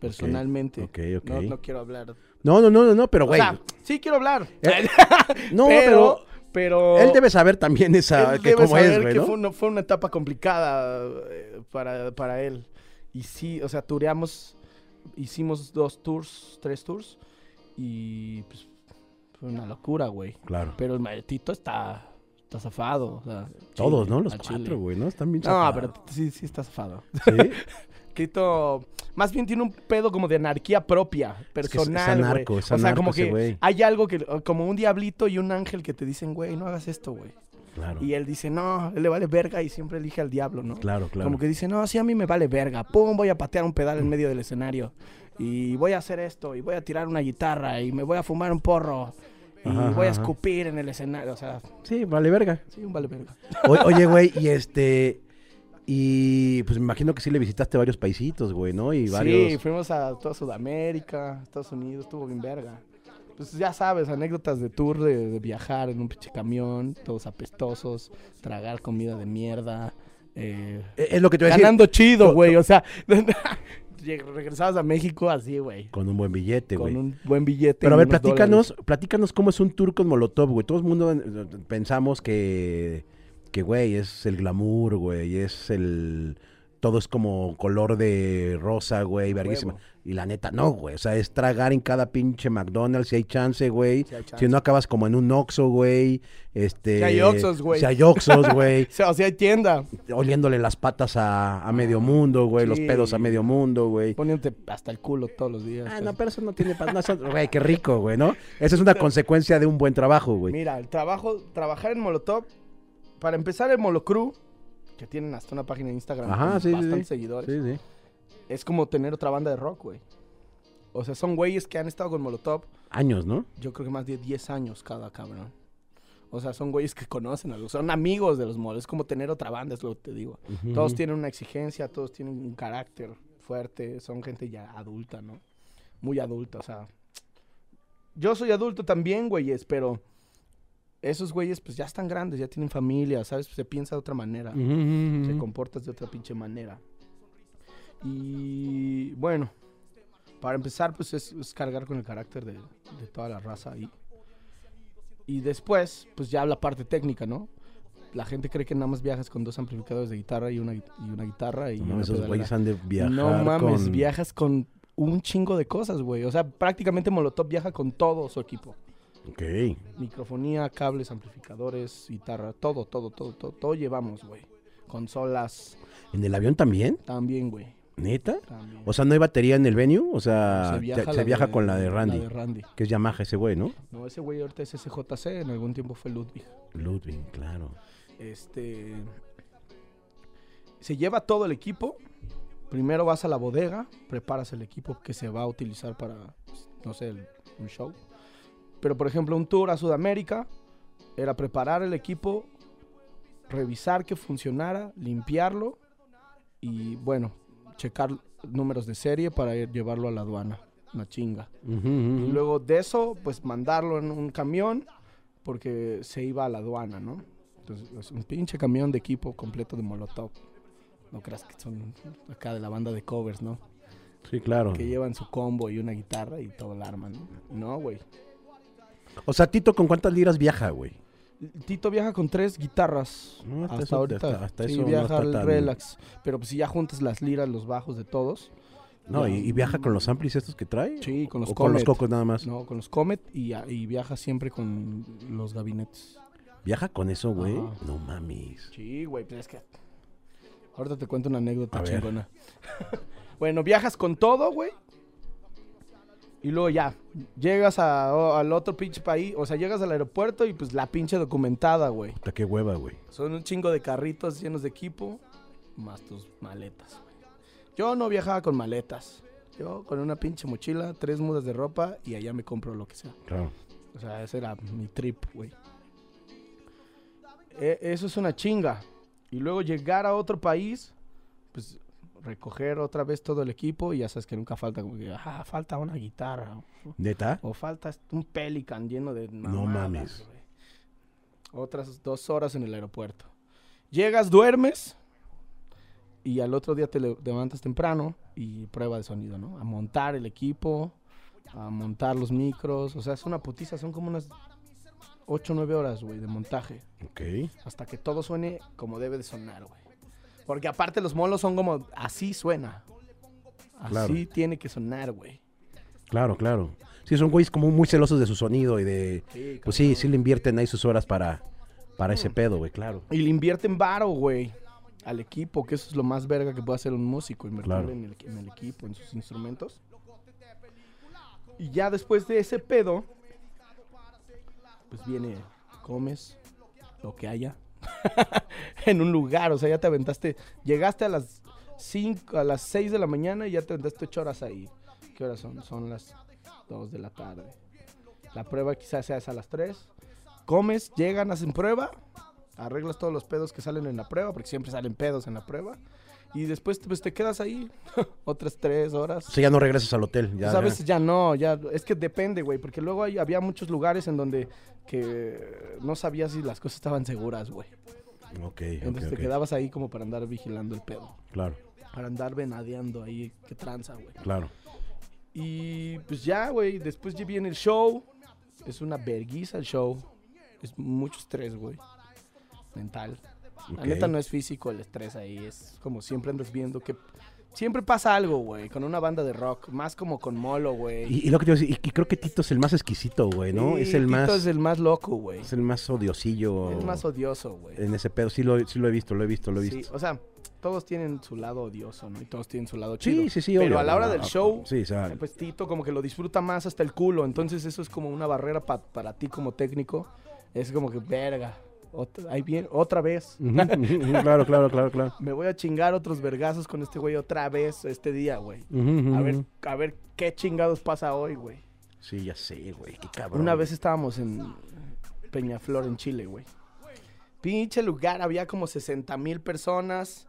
C: personalmente.
A: ok, ok.
C: No, no quiero hablar.
A: No, no, no, no, no, pero,
C: O
A: güey.
C: sea, sí quiero hablar.
A: Eh, no,
C: no,
A: pero,
C: pero, pero...
A: Él debe saber también esa,
C: Él
A: que
C: debe
A: cómo
C: saber
A: es, güey,
C: que
A: ¿no?
C: fue, una, fue una etapa complicada eh, para, para él. Y sí, o sea, tureamos, hicimos dos tours, tres tours, y pues fue una locura, güey.
A: Claro.
C: Pero el maletito está, está zafado. o sea, chile,
A: Todos, ¿no? Los
C: al
A: cuatro,
C: chile.
A: güey, ¿no? Están bien
C: No,
A: zafados.
C: pero sí, sí está zafado.
A: ¿Sí?
C: Tito, más bien tiene un pedo como de anarquía propia,
A: Es que es- es
C: personal, güey.
A: anarco, es
C: o sea,
A: anarco
C: como
A: ese
C: que
A: güey.
C: hay algo que, como un diablito y un ángel que te dicen, güey, no hagas esto, güey.
A: Claro,
C: Y él dice, no, él le vale verga y siempre elige al diablo, ¿no?
A: claro, claro.
C: Como que dice, no, sí, a mí me vale verga. Pum, voy a patear un pedal en medio del escenario. Y voy a hacer esto, y voy a tirar una guitarra, y me voy a fumar un porro. Y
A: Ajá,
C: voy a
A: ajá.
C: escupir en el escenario. O sea,
A: Sí, vale verga.
C: sí, un vale verga.
A: O- oye, güey, y este... Y pues me imagino que sí le visitaste varios paisitos, güey, ¿no? Y
C: Sí,
A: varios...
C: fuimos a toda Sudamérica, Estados Unidos, estuvo bien verga. Pues ya sabes, anécdotas de tour, de, de viajar en un pinche camión, todos apestosos, tragar comida de mierda, eh,
A: Eh, Es lo que te voy a decir.
C: ganando chido,
A: to-
C: güey. O sea, lleg- regresabas a México así, güey.
A: Con un buen billete,
C: Con
A: güey.
C: un buen billete.
A: Pero a
C: y
A: ver,
C: unos
A: platícanos, platícanos cómo es un tour con Molotov, güey. Todo el mundo eh, pensamos que, que, güey, es el glamour, güey, es el... Todo es como color de rosa, güey, verguísima.
C: huevo.
A: Y la neta, no, güey. O sea, es tragar en cada pinche McDonald's si hay chance, güey.
C: Si hay chance.
A: Si no acabas como en un Oxxo, güey. Este,
C: Si hay Oxxos, güey.
A: Si hay Oxxos, güey.
C: dólares. O sea, o sea, hay tienda.
A: Oliéndole las patas a, a medio mundo, güey. Los
C: Ah, Sí.
A: pedos a medio mundo, güey.
C: Poniéndote hasta el culo todos los días.
A: Ah, no, pero eso no tiene... pa- no, eso- Güey, qué rico, güey, ¿no? Esa es una consecuencia de un buen trabajo, güey.
C: Mira, el trabajo, trabajar en Molotov. Para empezar, el Molocrew, que tienen hasta una página de Instagram
A: Ajá,
C: con
A: sí, sí,
C: bastantes
A: sí.
C: seguidores,
A: Sí, sí.
C: es como tener otra banda de rock, güey. O sea, son güeyes que han estado con Molotov,
A: Años, ¿no?
C: yo creo que más de 10 años cada cabrón. O sea, son güeyes que conocen a los, son amigos de los Molotov. Es como tener otra banda, es lo que te digo. Todos tienen una exigencia, todos tienen un carácter fuerte, son gente ya adulta, ¿no? Muy adulta, o sea. Yo soy adulto también, güeyes, pero esos güeyes pues ya están grandes, ya tienen familia, ¿sabes? Se piensa de otra manera, se comportas de otra pinche manera. Y bueno, para empezar pues es, es cargar con el carácter de, de toda la raza ahí. Y después pues ya la parte técnica, ¿no? La gente cree que nada más viajas con dos amplificadores de guitarra y una, gui- y una guitarra y
A: No
C: una
A: mames, esos
C: pedalera.
A: güeyes han de viajar
C: No mames,
A: con-
C: viajas con un chingo de cosas, güey. O sea, prácticamente Molotov viaja con todo su equipo.
A: Ok.
C: Microfonía, cables, amplificadores, guitarra, todo, todo, todo, todo, todo llevamos, güey. consolas,
A: ¿En el avión también?
C: también, güey.
A: ¿Neta?
C: También.
A: O sea, ¿no hay batería en el venue? O sea, te- se viaja,
C: la de-
A: con la de Randy,
C: La de Randy.
A: que es Yamaha ese güey, ¿no?
C: No, ese güey ahorita es SJC, en algún tiempo fue Ludwig.
A: Ludwig, claro.
C: Este. Se lleva todo el equipo. Primero vas a la bodega, preparas el equipo que se va a utilizar para, pues, no sé, el- un show. Pero, por ejemplo, un tour a Sudamérica era preparar el equipo, revisar que funcionara, limpiarlo y, bueno, checar números de serie para ir- llevarlo a la aduana. Una chinga.
A: Ujú,
C: Y
A: ujú.
C: luego de eso, pues mandarlo en un camión porque se iba a la aduana, ¿no? Entonces, es un pinche camión de equipo completo de Molotov. No creas que son acá de la banda de covers, ¿no?
A: Sí, claro.
C: Que llevan su combo y una guitarra y todo el arma, ¿no? No, güey.
A: O sea, Tito, ¿con cuántas liras viaja, güey?
C: Tito viaja con tres guitarras
A: No, hasta
C: hasta
A: eso-
C: ahorita.
A: hasta- hasta
C: sí,
A: eso no
C: viaja
A: está
C: al
A: tan-
C: relax. Pero pues, si ya juntas las liras, los bajos de todos.
A: No,
C: ya-
A: y, y viaja con los amplis estos que trae.
C: Sí, con los
A: o con los
C: Comet.
A: cocos nada más.
C: No, con los Comet y, y viaja siempre con los gabinetes.
A: Viaja con eso, güey.
C: Ajá.
A: No mames.
C: Sí, güey, pues es que. Ahorita te cuento una anécdota
A: A ver.
C: chingona. bueno, viajas con todo, güey. Y luego ya, llegas a- o- al otro pinche país, o sea, llegas al aeropuerto y pues la pinche documentada, güey.
A: Puta, qué hueva, güey.
C: Son un chingo de carritos llenos de equipo, más tus maletas, güey. Yo no viajaba con maletas. Yo con una pinche mochila, tres mudas de ropa y allá me compro lo que sea.
A: Claro.
C: O sea, ese era mi trip, güey. E- eso es una chinga. Y luego llegar a otro país, pues recoger otra vez todo el equipo y ya sabes que nunca falta como que, ah, falta una guitarra. o-
A: ¿Neta?
C: O, falta un pelican lleno de...
A: No
C: mamadas,
A: mames.
C: güey. Otras dos horas en el aeropuerto. Llegas, duermes y al otro día te le- levantas temprano y prueba de sonido, ¿no? A montar el equipo, a montar los micros, o sea, es una putiza, son como unas 8 o 9 horas, güey, de montaje,
A: Ok.
C: hasta que todo suene como debe de sonar, güey. Porque aparte los molos son como, así suena. Así
A: Claro.
C: tiene que sonar, güey.
A: Claro, claro. Sí, son güeyes como muy celosos de su sonido y de... Pues sí, sí le invierten ahí sus horas para, para
C: Mm.
A: ese pedo, güey, claro.
C: Y le invierten varo, güey, al equipo, que eso es lo más verga que puede hacer un músico, invertirle
A: Claro.
C: en, el, en el equipo, en sus instrumentos. Y ya después de ese pedo, pues viene, comes lo que haya en un lugar, o sea, ya te aventaste, llegaste a las 5, a las 6 de la mañana y ya te aventaste 8 horas ahí. ¿Qué horas son? Son las 2 de la tarde. La prueba quizás sea esa a las 3. Comes, llegan, hacen prueba, arreglas todos los pedos que salen en la prueba, porque siempre salen pedos en la prueba. Y después pues, te quedas ahí otras 3 horas.
A: O sea, ya no regresas al hotel. Ya,
C: Pues a veces ya no, ya es que depende, güey, porque luego hay- había muchos lugares en donde que no sabías si las cosas estaban seguras, güey.
A: ya. Ok, ok,
C: Entonces
A: ok.
C: te quedabas ahí como para andar vigilando el pedo,
A: Claro,
C: para andar venadeando ahí, qué tranza, güey.
A: claro.
C: Y pues ya, güey, después ya viene el show. Es una verguiza el show. Es mucho estrés, güey. Mental. La
A: ok.
C: neta no es físico el estrés ahí, es como siempre andas viendo que siempre pasa algo, güey, con una banda de rock, más como con Molo, güey.
A: Y, y lo que te iba a decir, y, y creo que Tito es el más exquisito, güey, ¿no?
C: Sí,
A: es el
C: Tito
A: más...
C: es el más loco, güey.
A: Es el más odiosillo.
C: Es más odioso, güey.
A: En ese pedo, sí lo, sí lo he visto, lo he visto, lo he
C: Sí,
A: visto.
C: o sea, todos tienen su lado odioso, ¿no? Y todos tienen su lado chido.
A: Sí, sí, sí,
C: Pero
A: obvio.
C: a la hora del
A: Ah,
C: show,
A: Sí, o sea,
C: pues Tito como que lo disfruta más hasta el culo. Entonces eso es como una barrera pa- para ti como técnico. Es como que, verga, otra, ahí viene- otra vez.
A: ujú, ujú, claro, claro, claro, claro.
C: Me voy a chingar otros vergazos con este güey otra vez este día, güey.
A: Ujú, ujú,
C: A ver,
A: ujú.
C: a ver qué chingados pasa hoy, güey.
A: Sí, ya sé, güey, qué cabrón.
C: Una vez estábamos en Peñaflor, en Chile, güey. Pinche lugar, había como 60 mil personas.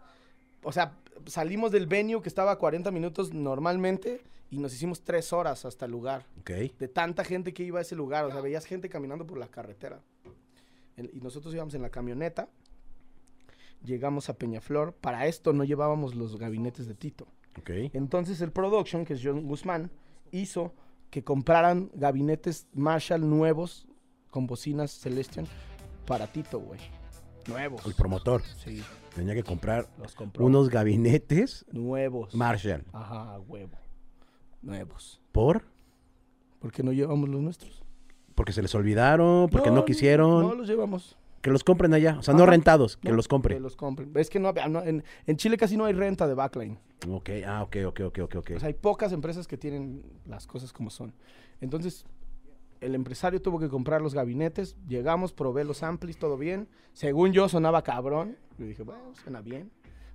C: O sea, salimos del venue que estaba a 40 minutos normalmente y nos hicimos tres horas hasta el lugar.
A: Ok.
C: De tanta gente que iba a ese lugar, o sea, veías gente caminando por la carretera. El- y nosotros íbamos en la camioneta, llegamos a Peñaflor. Para esto no llevábamos los gabinetes de Tito.
A: Ok.
C: Entonces el production, que es John Guzmán, hizo que compraran gabinetes Marshall nuevos con bocinas Celestion para Tito, güey. Nuevos.
A: El promotor
C: Sí,
A: tenía que comprar
C: los compró.
A: unos gabinetes
C: nuevos.
A: Marshall.
C: Ajá, huevo. Nuevos.
A: ¿Por?
C: ¿Por qué no llevamos los nuestros?
A: Porque se les olvidaron, porque no, quisieron.
C: No los llevamos.
A: que los compren allá, o sea, no
C: Ajá.
A: rentados, que
C: ¿no?
A: los
C: Que
A: compren.
C: los compren. Es que no, había- no- en, en Chile casi no hay renta de backline.
A: Ok, ah, ok, ok, ok, ok, ok.
C: O sea, hay pocas empresas que tienen las cosas como son. Entonces, el empresario tuvo que comprar los gabinetes. Llegamos, probé los amplis, todo bien. Según yo, sonaba cabrón. Yo dije, bueno, suena bien.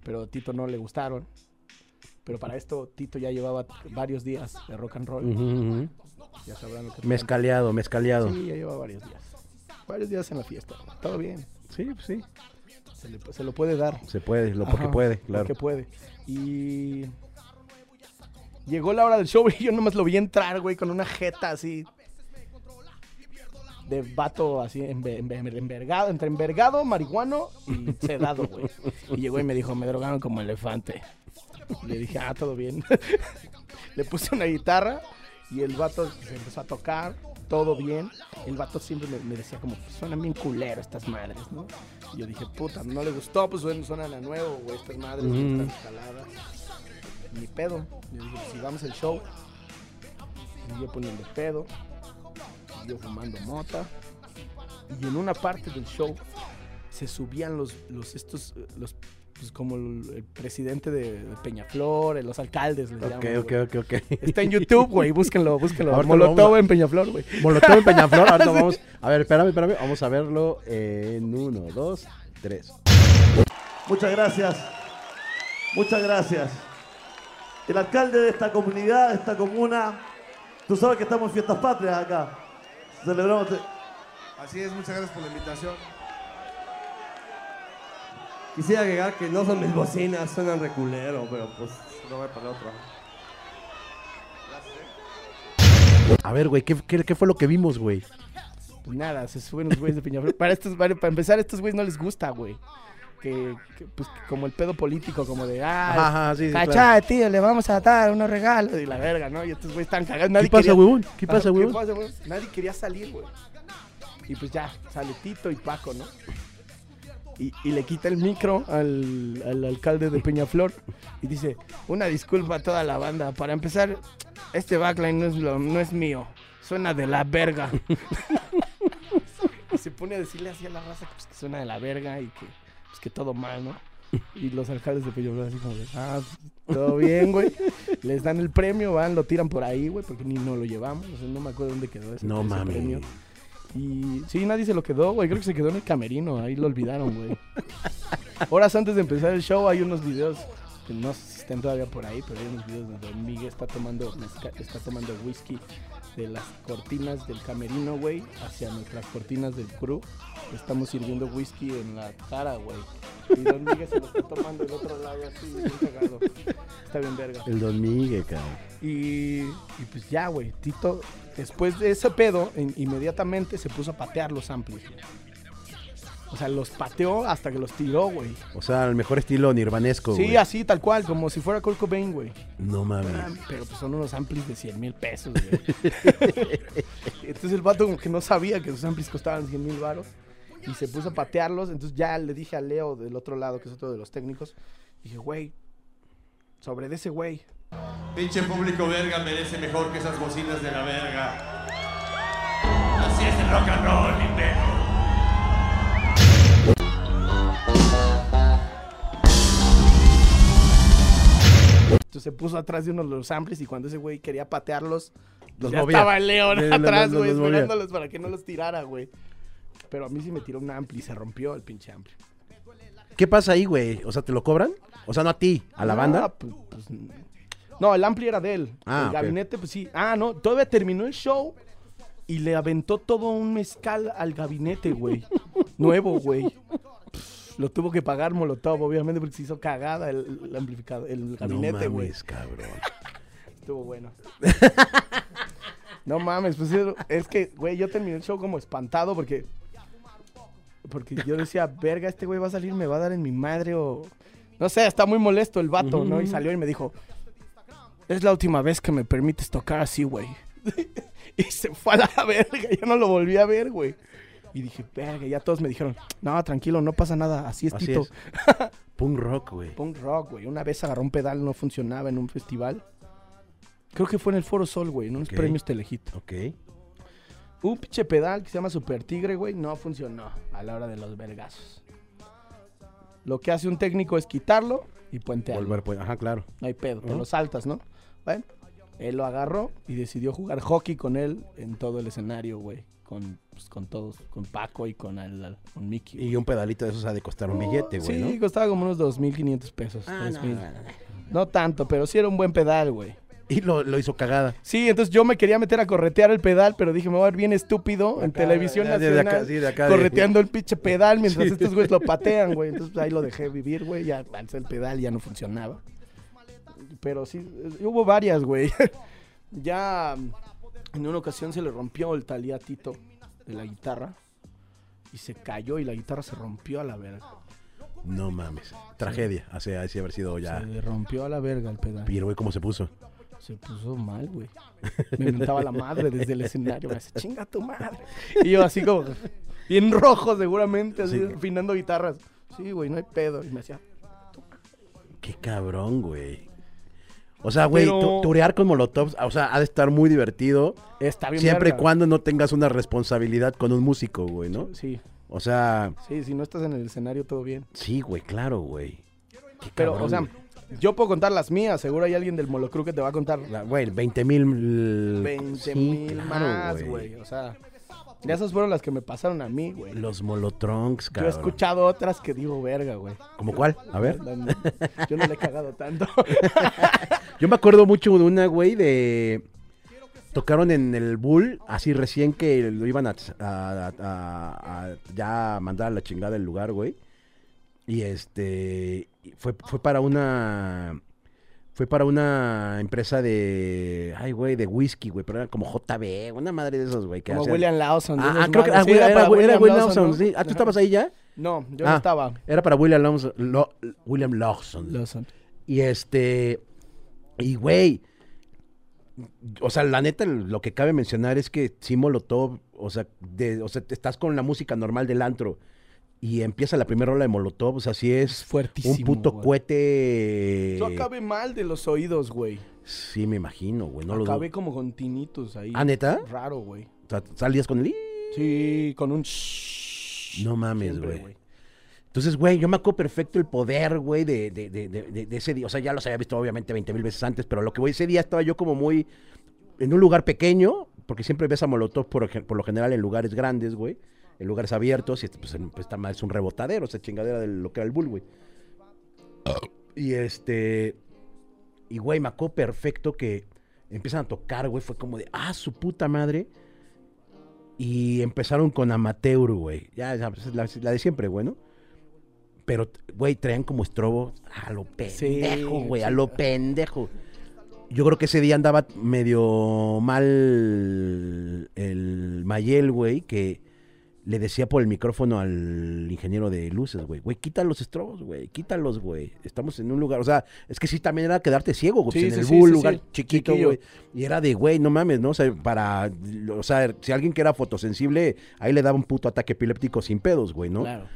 C: Pero a Tito no le gustaron. Pero para esto, Tito ya llevaba varios días de rock and roll.
A: Ujú, ujú.
C: Ya sabrán lo que te
A: Mezcaleado, mezcaleado.
C: cuento. Sí, ya llevaba varios días. Varios días en la fiesta. Todo bien.
A: Sí, pues sí.
C: Se, le- se lo puede dar.
A: Se puede, lo porque
C: Ajá,
A: puede, claro.
C: Porque puede. Y. Llegó la hora del show y yo nomás lo vi entrar, güey, con una jeta así. De vato así, enve- enve- envergado, entre envergado, marihuano y sedado, güey. Y llegó y me dijo, me drogaron como elefante. Le dije, ah, todo bien. Le puse una guitarra y el vato se empezó a tocar, todo bien. El vato siempre me, me decía como, suenan bien culero estas madres, ¿no? Y yo dije, puta, no le gustó, pues suenan, suenan a nuevo, güey, estas madres, güey,
A: Ujú.
C: estas jaladas. Ni pedo. Yo dije, "Pues, sigamos el show. Y yo poniendo pedo. Y yo fumando mota. Y en una parte del show se subían los, los estos, eh, los, pues como el, el presidente de, de Peñaflor, eh, los alcaldes, les
A: Ok,
C: llaman,
A: ok,
C: güey.
A: ok, ok.
C: Está en YouTube, güey, búsquenlo, búsquenlo.
A: Ahorita lo
C: Molotov
A: vamos a-
C: en Peñaflor, güey.
A: Molotov en Peñaflor, ahora lo vamos. A ver, espérame, espérame. Vamos a verlo en uno, dos, tres.
B: Muchas gracias. Muchas gracias. El alcalde de esta comunidad, de esta comuna, tú sabes que estamos en fiestas patrias acá. Celebramos.
D: Así es, muchas gracias por la invitación.
E: Quisiera agregar que no son mis bocinas, suenan reculero, pero pues no voy para la otra.
A: A ver, güey, ¿qué, qué, qué fue lo que vimos, güey?
C: Pues nada, se suben los güeyes de Peñaflor. Para, estos, para, para empezar, a estos güeyes no les gusta, güey. Que, que, pues, como el pedo político, como de, ah,
A: Ajá, ajá, sí, sí,
C: cachá,
A: claro.
C: tío, le vamos a dar unos regalos y la verga, ¿no? Y estos güeyes están cagados. Nadie
A: ¿Qué pasa,
C: quería-
A: huevón? ¿Qué
C: Ajá,
A: pasa, huevón?
C: güey? Nadie quería salir, güey. Y pues ya, sale Tito y Paco, ¿no? Y, y le quita el micro al, al alcalde de Peñaflor y dice, una disculpa a toda la banda. Para empezar, este backline no es, lo- no es mío, suena de la verga. y se pone a decirle así a la raza que, pues, que suena de la verga y que, pues, que todo mal, ¿no? Y los alcaldes de Peñaflor así como, de, ah, todo bien, güey. Les dan el premio, van, lo tiran por ahí, güey, porque ni no lo llevamos. O sea, no me acuerdo dónde quedó ese,
A: No
C: ese
A: mames.
C: Y sí, nadie se lo quedó, güey. Creo que se quedó en el camerino, ahí lo olvidaron, güey. Horas antes de empezar el show hay unos videos, que no sé si estén todavía por ahí, pero hay unos videos donde Miguel está tomando, mezca- está tomando whisky de las cortinas del camerino, güey, hacia nuestras cortinas del crew. Le estamos sirviendo whisky en la cara, güey. Y Don Miguel se lo está tomando del otro lado así, bien cagado. Está bien verga.
A: El Don Miguel, cabrón.
C: Y, y pues ya, güey, Tito, después de ese pedo, in- inmediatamente se puso a patear los amplis. güey. O sea, los pateó hasta que los tiró, güey.
A: O sea, el mejor estilo nirvanesco,
C: Sí,
A: güey.
C: así, tal cual, como si fuera Kurt Cobain, güey.
A: No mames.
C: Pero pues son unos amplis de 100 mil pesos, güey. entonces el vato como que no sabía que esos amplis costaban 100 mil varos. Y se puso a patearlos. Entonces ya le dije a Leo del otro lado, que es otro de los técnicos. Dije, güey, sobre de ese güey.
F: Pinche público verga merece mejor que esas bocinas de la verga. Así es el rock and roll, imbécil.
C: Entonces se puso atrás de uno de los amplis y cuando ese güey quería patearlos,
A: Los
C: ya
A: movía.
C: estaba el león
A: Sí, los-
C: atrás,
A: los-
C: güey,
A: los movía.
C: esperándolos para que no los tirara, güey. Pero a mí sí me tiró un ampli, se rompió el pinche ampli.
A: ¿Qué pasa ahí, güey? O sea, ¿te lo cobran? O sea, no a ti, a la
C: Ah,
A: banda.
C: pues- pues, no, el ampli era de él.
A: Ah,
C: el
A: ok.
C: gabinete, pues sí. Ah, no, todavía terminó el show y le aventó todo un mezcal al gabinete, güey. Nuevo, güey. Pff, Lo tuvo que pagar Molotov, obviamente, porque se hizo cagada el, el amplificado, el gabinete,
A: no
C: güey.
A: mames, cabrón.
C: Estuvo bueno. no mames, pues es, es que, güey, yo terminé el show como espantado porque. Porque yo decía, verga, este güey va a salir, me va a dar en mi madre o. No sé, está muy molesto el vato, ¿no? Y salió y me dijo, es la última vez que me permites tocar así, güey. y se fue a la verga, yo no lo volví a ver, güey. Y dije, verga, ya todos me dijeron, no, tranquilo, no pasa nada, así es
A: Así
C: Tito.
A: es. Punk rock, güey.
C: Punk rock, güey. Una vez agarró un pedal, no funcionaba en un festival. Creo que fue en el Foro Sol, güey, en unos
A: Ok.
C: premios Telejito.
A: Ok.
C: un pinche pedal que se llama Super Tigre, güey, no funcionó a la hora de los vergazos. Lo que hace un técnico es quitarlo y puentearlo.
A: Volver, pues. Ajá, claro.
C: No hay pedo, te
A: Ujú.
C: lo saltas, ¿no? Bueno, él lo agarró y decidió jugar hockey con él en todo el escenario, güey. Con, pues, con todos, con Paco y con, el- al- con Mickey. güey.
A: Y un pedalito de esos ha de costar un billete, güey.
C: Oh, sí,
A: ¿no?
C: costaba como unos 2.500 pesos.
A: Ah, no,
C: 3,000.
A: no, no, no.
C: No tanto, pero sí era un buen pedal, güey.
A: Y lo, lo hizo cagada.
C: Sí, entonces yo me quería meter a corretear el pedal, pero dije, me voy a ver bien estúpido en
A: Acá,
C: televisión
A: de- de- de
C: nacional.
A: acá, sí, de acá, de-
C: correteando el pinche pedal mientras
A: Sí.
C: estos güeyes lo patean, güey. Entonces pues, ahí lo dejé vivir, güey. Ya alzé el pedal, ya no funcionaba. Pero sí, eh, hubo varias, güey. ya mm, en una ocasión se le rompió el taliatito de la guitarra. Y se cayó y la guitarra se rompió a la verga.
A: No mames. Tragedia. Hace, así haber sido ya.
C: Se le rompió a la verga el pedal.
A: Pero, güey, ¿cómo se puso?
C: Se puso mal, güey. Me mentaba la madre desde el escenario. Me decía, chinga tu madre. Y yo así como, bien rojo seguramente, así
A: Sí.
C: afinando guitarras. Sí, güey, no hay pedo. Y me hacía,
A: Qué cabrón, güey. O sea, güey,
C: Pero-
A: tu- turear con molotovs, o sea, ha de estar muy divertido.
C: está bien
A: Siempre y
C: verga".
A: cuando no tengas una responsabilidad con un músico, güey, ¿no?
C: Sí,
A: O sea,
C: sí, si no estás en el escenario, todo bien.
A: sí, güey, claro, güey. Qué
C: Pero,
A: cabrón,
C: o sea,
A: güey.
C: yo puedo contar las mías. Seguro hay alguien del Molocru que te va a contar
A: La- Güey, 20 mil.
C: 20 mil más, güey. O sea, ya esas fueron las que me pasaron a mí, güey.
A: Los molotronks,
C: Yo he
A: cabrón.
C: escuchado otras que digo, verga, güey.
A: ¿Cómo cuál? A ver.
C: Yo no le he cagado tanto.
A: Yo me acuerdo mucho de una, güey, de... Tocaron en el Bull, así recién que lo iban a, a- a- a- ya mandar a la chingada el lugar, güey. Y este... y Fue, fue para una... Fue para una empresa de... Ay, güey, de whisky, güey. Pero era como JB, una madre de esas, güey. Que
C: Como
A: hacían-
C: William Lawson. de
A: Ah,
C: esas
A: ah, creo que
C: madres.
A: ah,
C: Sí,
A: güey, era,
C: para
A: güey, era William
C: Lawson,
A: Lawson,
C: ¿no?
A: sí. Ah, ¿tú
C: Ajá.
A: estabas ahí ya?
C: No, yo
A: Ah.
C: no estaba.
A: Era para William Lawson. Lo- William Lawson.
C: Lawson.
A: Y este. Y güey. O sea, la neta, lo que cabe mencionar es que sí, Molotov, o sea, de, o sea, te estás con la música normal del antro y empieza la primera rola de Molotov, o sea, sí es
C: fuertísimo,
A: un puto
C: güey.
A: cohete.
C: Yo acabé mal de los oídos, güey.
A: Sí, me imagino, güey, no lo dudo.
C: acabé como con tinitos ahí.
A: ¿Ah, neta?
C: Raro, güey.
A: O sea, salías con el...
C: Sí, con un shhh.
A: No mames,
C: Siempre,
A: güey. Entonces, güey, yo me acuerdo perfecto el poder, güey, de, de- de- de- de- de ese día. O sea, ya los había visto obviamente 20 mil veces antes, pero lo que voy, ese día estaba yo como muy en un lugar pequeño, porque siempre ves a Molotov por, ej- por lo general en lugares grandes, güey, en lugares abiertos, y este, pues, en- pues, está más, es un rebotadero, esa chingadera de lo que era el bull, güey.
C: Ah.
A: Y este. Y, güey, me acuerdo perfecto que empiezan a tocar, güey, fue como de, ah, su puta madre. Y empezaron con amateur, güey. Ya, ya, pues, es la, la de siempre, güey, ¿no? Pero, güey, traían como estrobo a lo
C: Sí,
A: pendejo, güey, a
C: sí.
A: lo pendejo. Yo creo que ese día andaba medio mal el Mayel, güey, que le decía por el micrófono al ingeniero de luces, güey, güey, quita los estrobos, güey, quítalos, güey. Estamos en un lugar, o sea, es que sí también era quedarte ciego, güey,
C: Sí,
A: pues, en
C: sí,
A: el
C: sí,
A: bu-
C: sí,
A: lugar
C: sí.
A: chiquito,
C: Chiquillo.
A: güey. Y era de, güey, no mames, ¿no? O sea, para, o sea, si alguien que era fotosensible, ahí le daba un puto ataque epiléptico sin pedos, güey, ¿no?
C: Claro.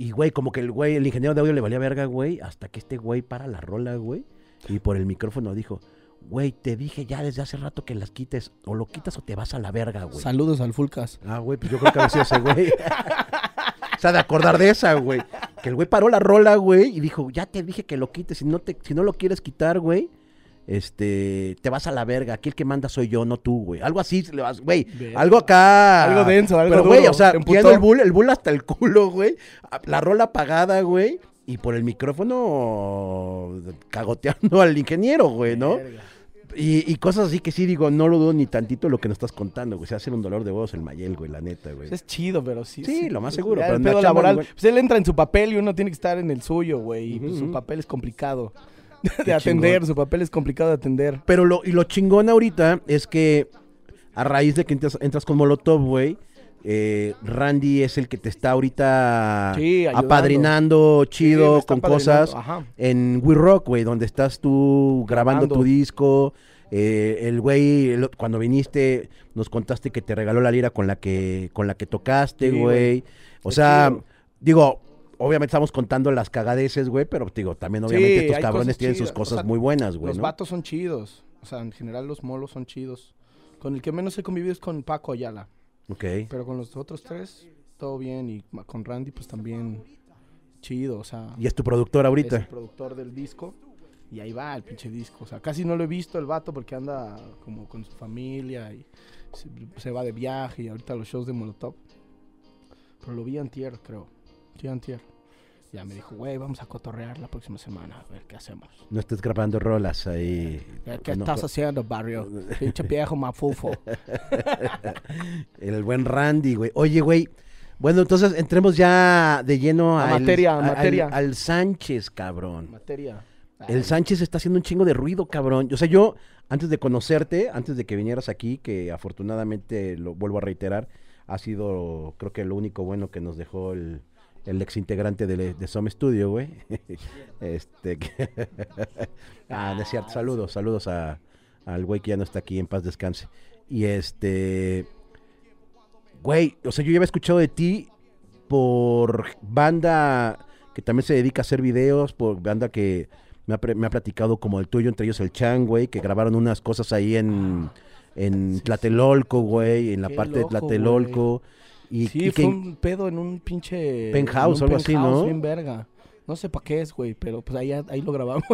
A: Y, güey, como que el güey, el ingeniero de audio le valía verga, güey, hasta que este güey para la rola, güey, y por el micrófono dijo, güey, te dije ya desde hace rato que las quites, o lo quitas o te vas a la verga, güey.
C: Saludos al Fulcas.
A: Ah, güey, pues yo creo que había sido ese güey. o sea, de acordar de esa, güey. Que el güey paró la rola, güey, y dijo, ya te dije que lo quites. Si no, te, si no lo quieres quitar, güey, este, te vas a la verga. Aquí el que manda soy yo, no tú, güey. Algo así, le vas- güey.
C: Verga.
A: Algo acá.
C: Algo denso, algo
A: Pero, güey,
C: duro.
A: o sea,
C: Te emputó.
A: viendo el bull, el bull hasta el culo, güey. La rola apagada, güey. Y por el micrófono cagoteando al ingeniero, güey, ¿no?
C: Verga.
A: Y, y cosas así que sí digo, no lo dudo ni tantito lo que nos estás contando, güey. Se hace un dolor de huevos el Mayel, güey, la neta, güey.
C: Es chido, pero sí.
A: Sí, lo más seguro,
C: ya
A: pero
C: el
A: en la
C: pedo
A: chamba,
C: laboral.
A: güey.
C: Pues él entra en su papel y uno tiene que estar en el suyo, güey. Y pues,
A: Ujú,
C: su
A: ujú.
C: papel es complicado de
A: Qué
C: atender.
A: chingón.
C: Su papel es complicado de atender.
A: Pero lo, y lo chingón ahorita es que a raíz de que entras, entras con Molotov, güey, eh, Randy es el que te está ahorita
C: Sí, ayudando.
A: apadrinando
C: Sí,
A: chido
C: me está
A: con
C: padrinando,
A: cosas
C: Ajá.
A: en We Rock, güey, donde estás tú grabando,
C: Grabando.
A: tu disco. Eh, el güey, el- cuando viniste, nos contaste que te regaló la lira con la que, con la que tocaste,
C: Sí,
A: güey.
C: güey.
A: O
C: Qué
A: sea,
C: chido.
A: digo, obviamente estamos contando las cagadeces, güey, pero digo, también obviamente
C: Sí,
A: estos
C: hay
A: cabrones
C: cosas
A: tienen sus
C: chidas. O
A: cosas
C: sea,
A: muy buenas, güey.
C: los
A: ¿no?
C: vatos son chidos. O sea, en general los molos son chidos. Con el que menos he convivido es con Paco Ayala.
A: Ok.
C: Pero con los otros tres, todo bien. Y ma- con Randy, pues también chido. O sea,
A: Y es tu productor
C: es el
A: ahorita.
C: productor del disco. Y ahí va el pinche disco. O sea, casi no lo he visto el vato porque anda como con su familia y se, se va de viaje y ahorita a los shows de Molotov. Pero lo vi antier, creo. Sí, antier. Ya me dijo, güey, vamos a cotorrear la próxima semana, a ver qué hacemos.
A: No estés grabando rolas ahí.
C: Eh, ¿Qué
A: No,
C: estás haciendo, barrio? Pinche viejo mafufo.
A: El buen Randy, güey. Oye, güey. Bueno, entonces entremos ya de lleno
C: A
A: al-
C: materia, a
A: al-
C: materia.
A: Al, Sánchez, cabrón.
C: Materia.
A: El Sánchez está haciendo un chingo de ruido, cabrón. O sea, yo, antes de conocerte, antes de que vinieras aquí, que afortunadamente, lo vuelvo a reiterar, ha sido, creo que lo único bueno que nos dejó el, el ex integrante de, de Some Studio, güey. este. que- ah, no es cierto. Saludos, saludos a, al güey que ya no está aquí, en paz descanse. Y este. Güey, o sea, yo ya había escuchado de ti por banda que también se dedica a hacer videos, por banda que me ha, pre- me ha platicado como el tuyo, entre ellos el Chan, güey, que grabaron unas cosas ahí en, en Tlatelolco, güey, en la
C: Qué
A: parte
C: loco,
A: de Tlatelolco. Y,
C: sí,
A: y que-
C: fue un pedo en un pinche...
A: Penthouse,
C: en un
A: algo así,
C: penthouse
A: ¿no?
C: bien verga. No sé para qué es, güey, pero pues ahí, ahí lo grabamos.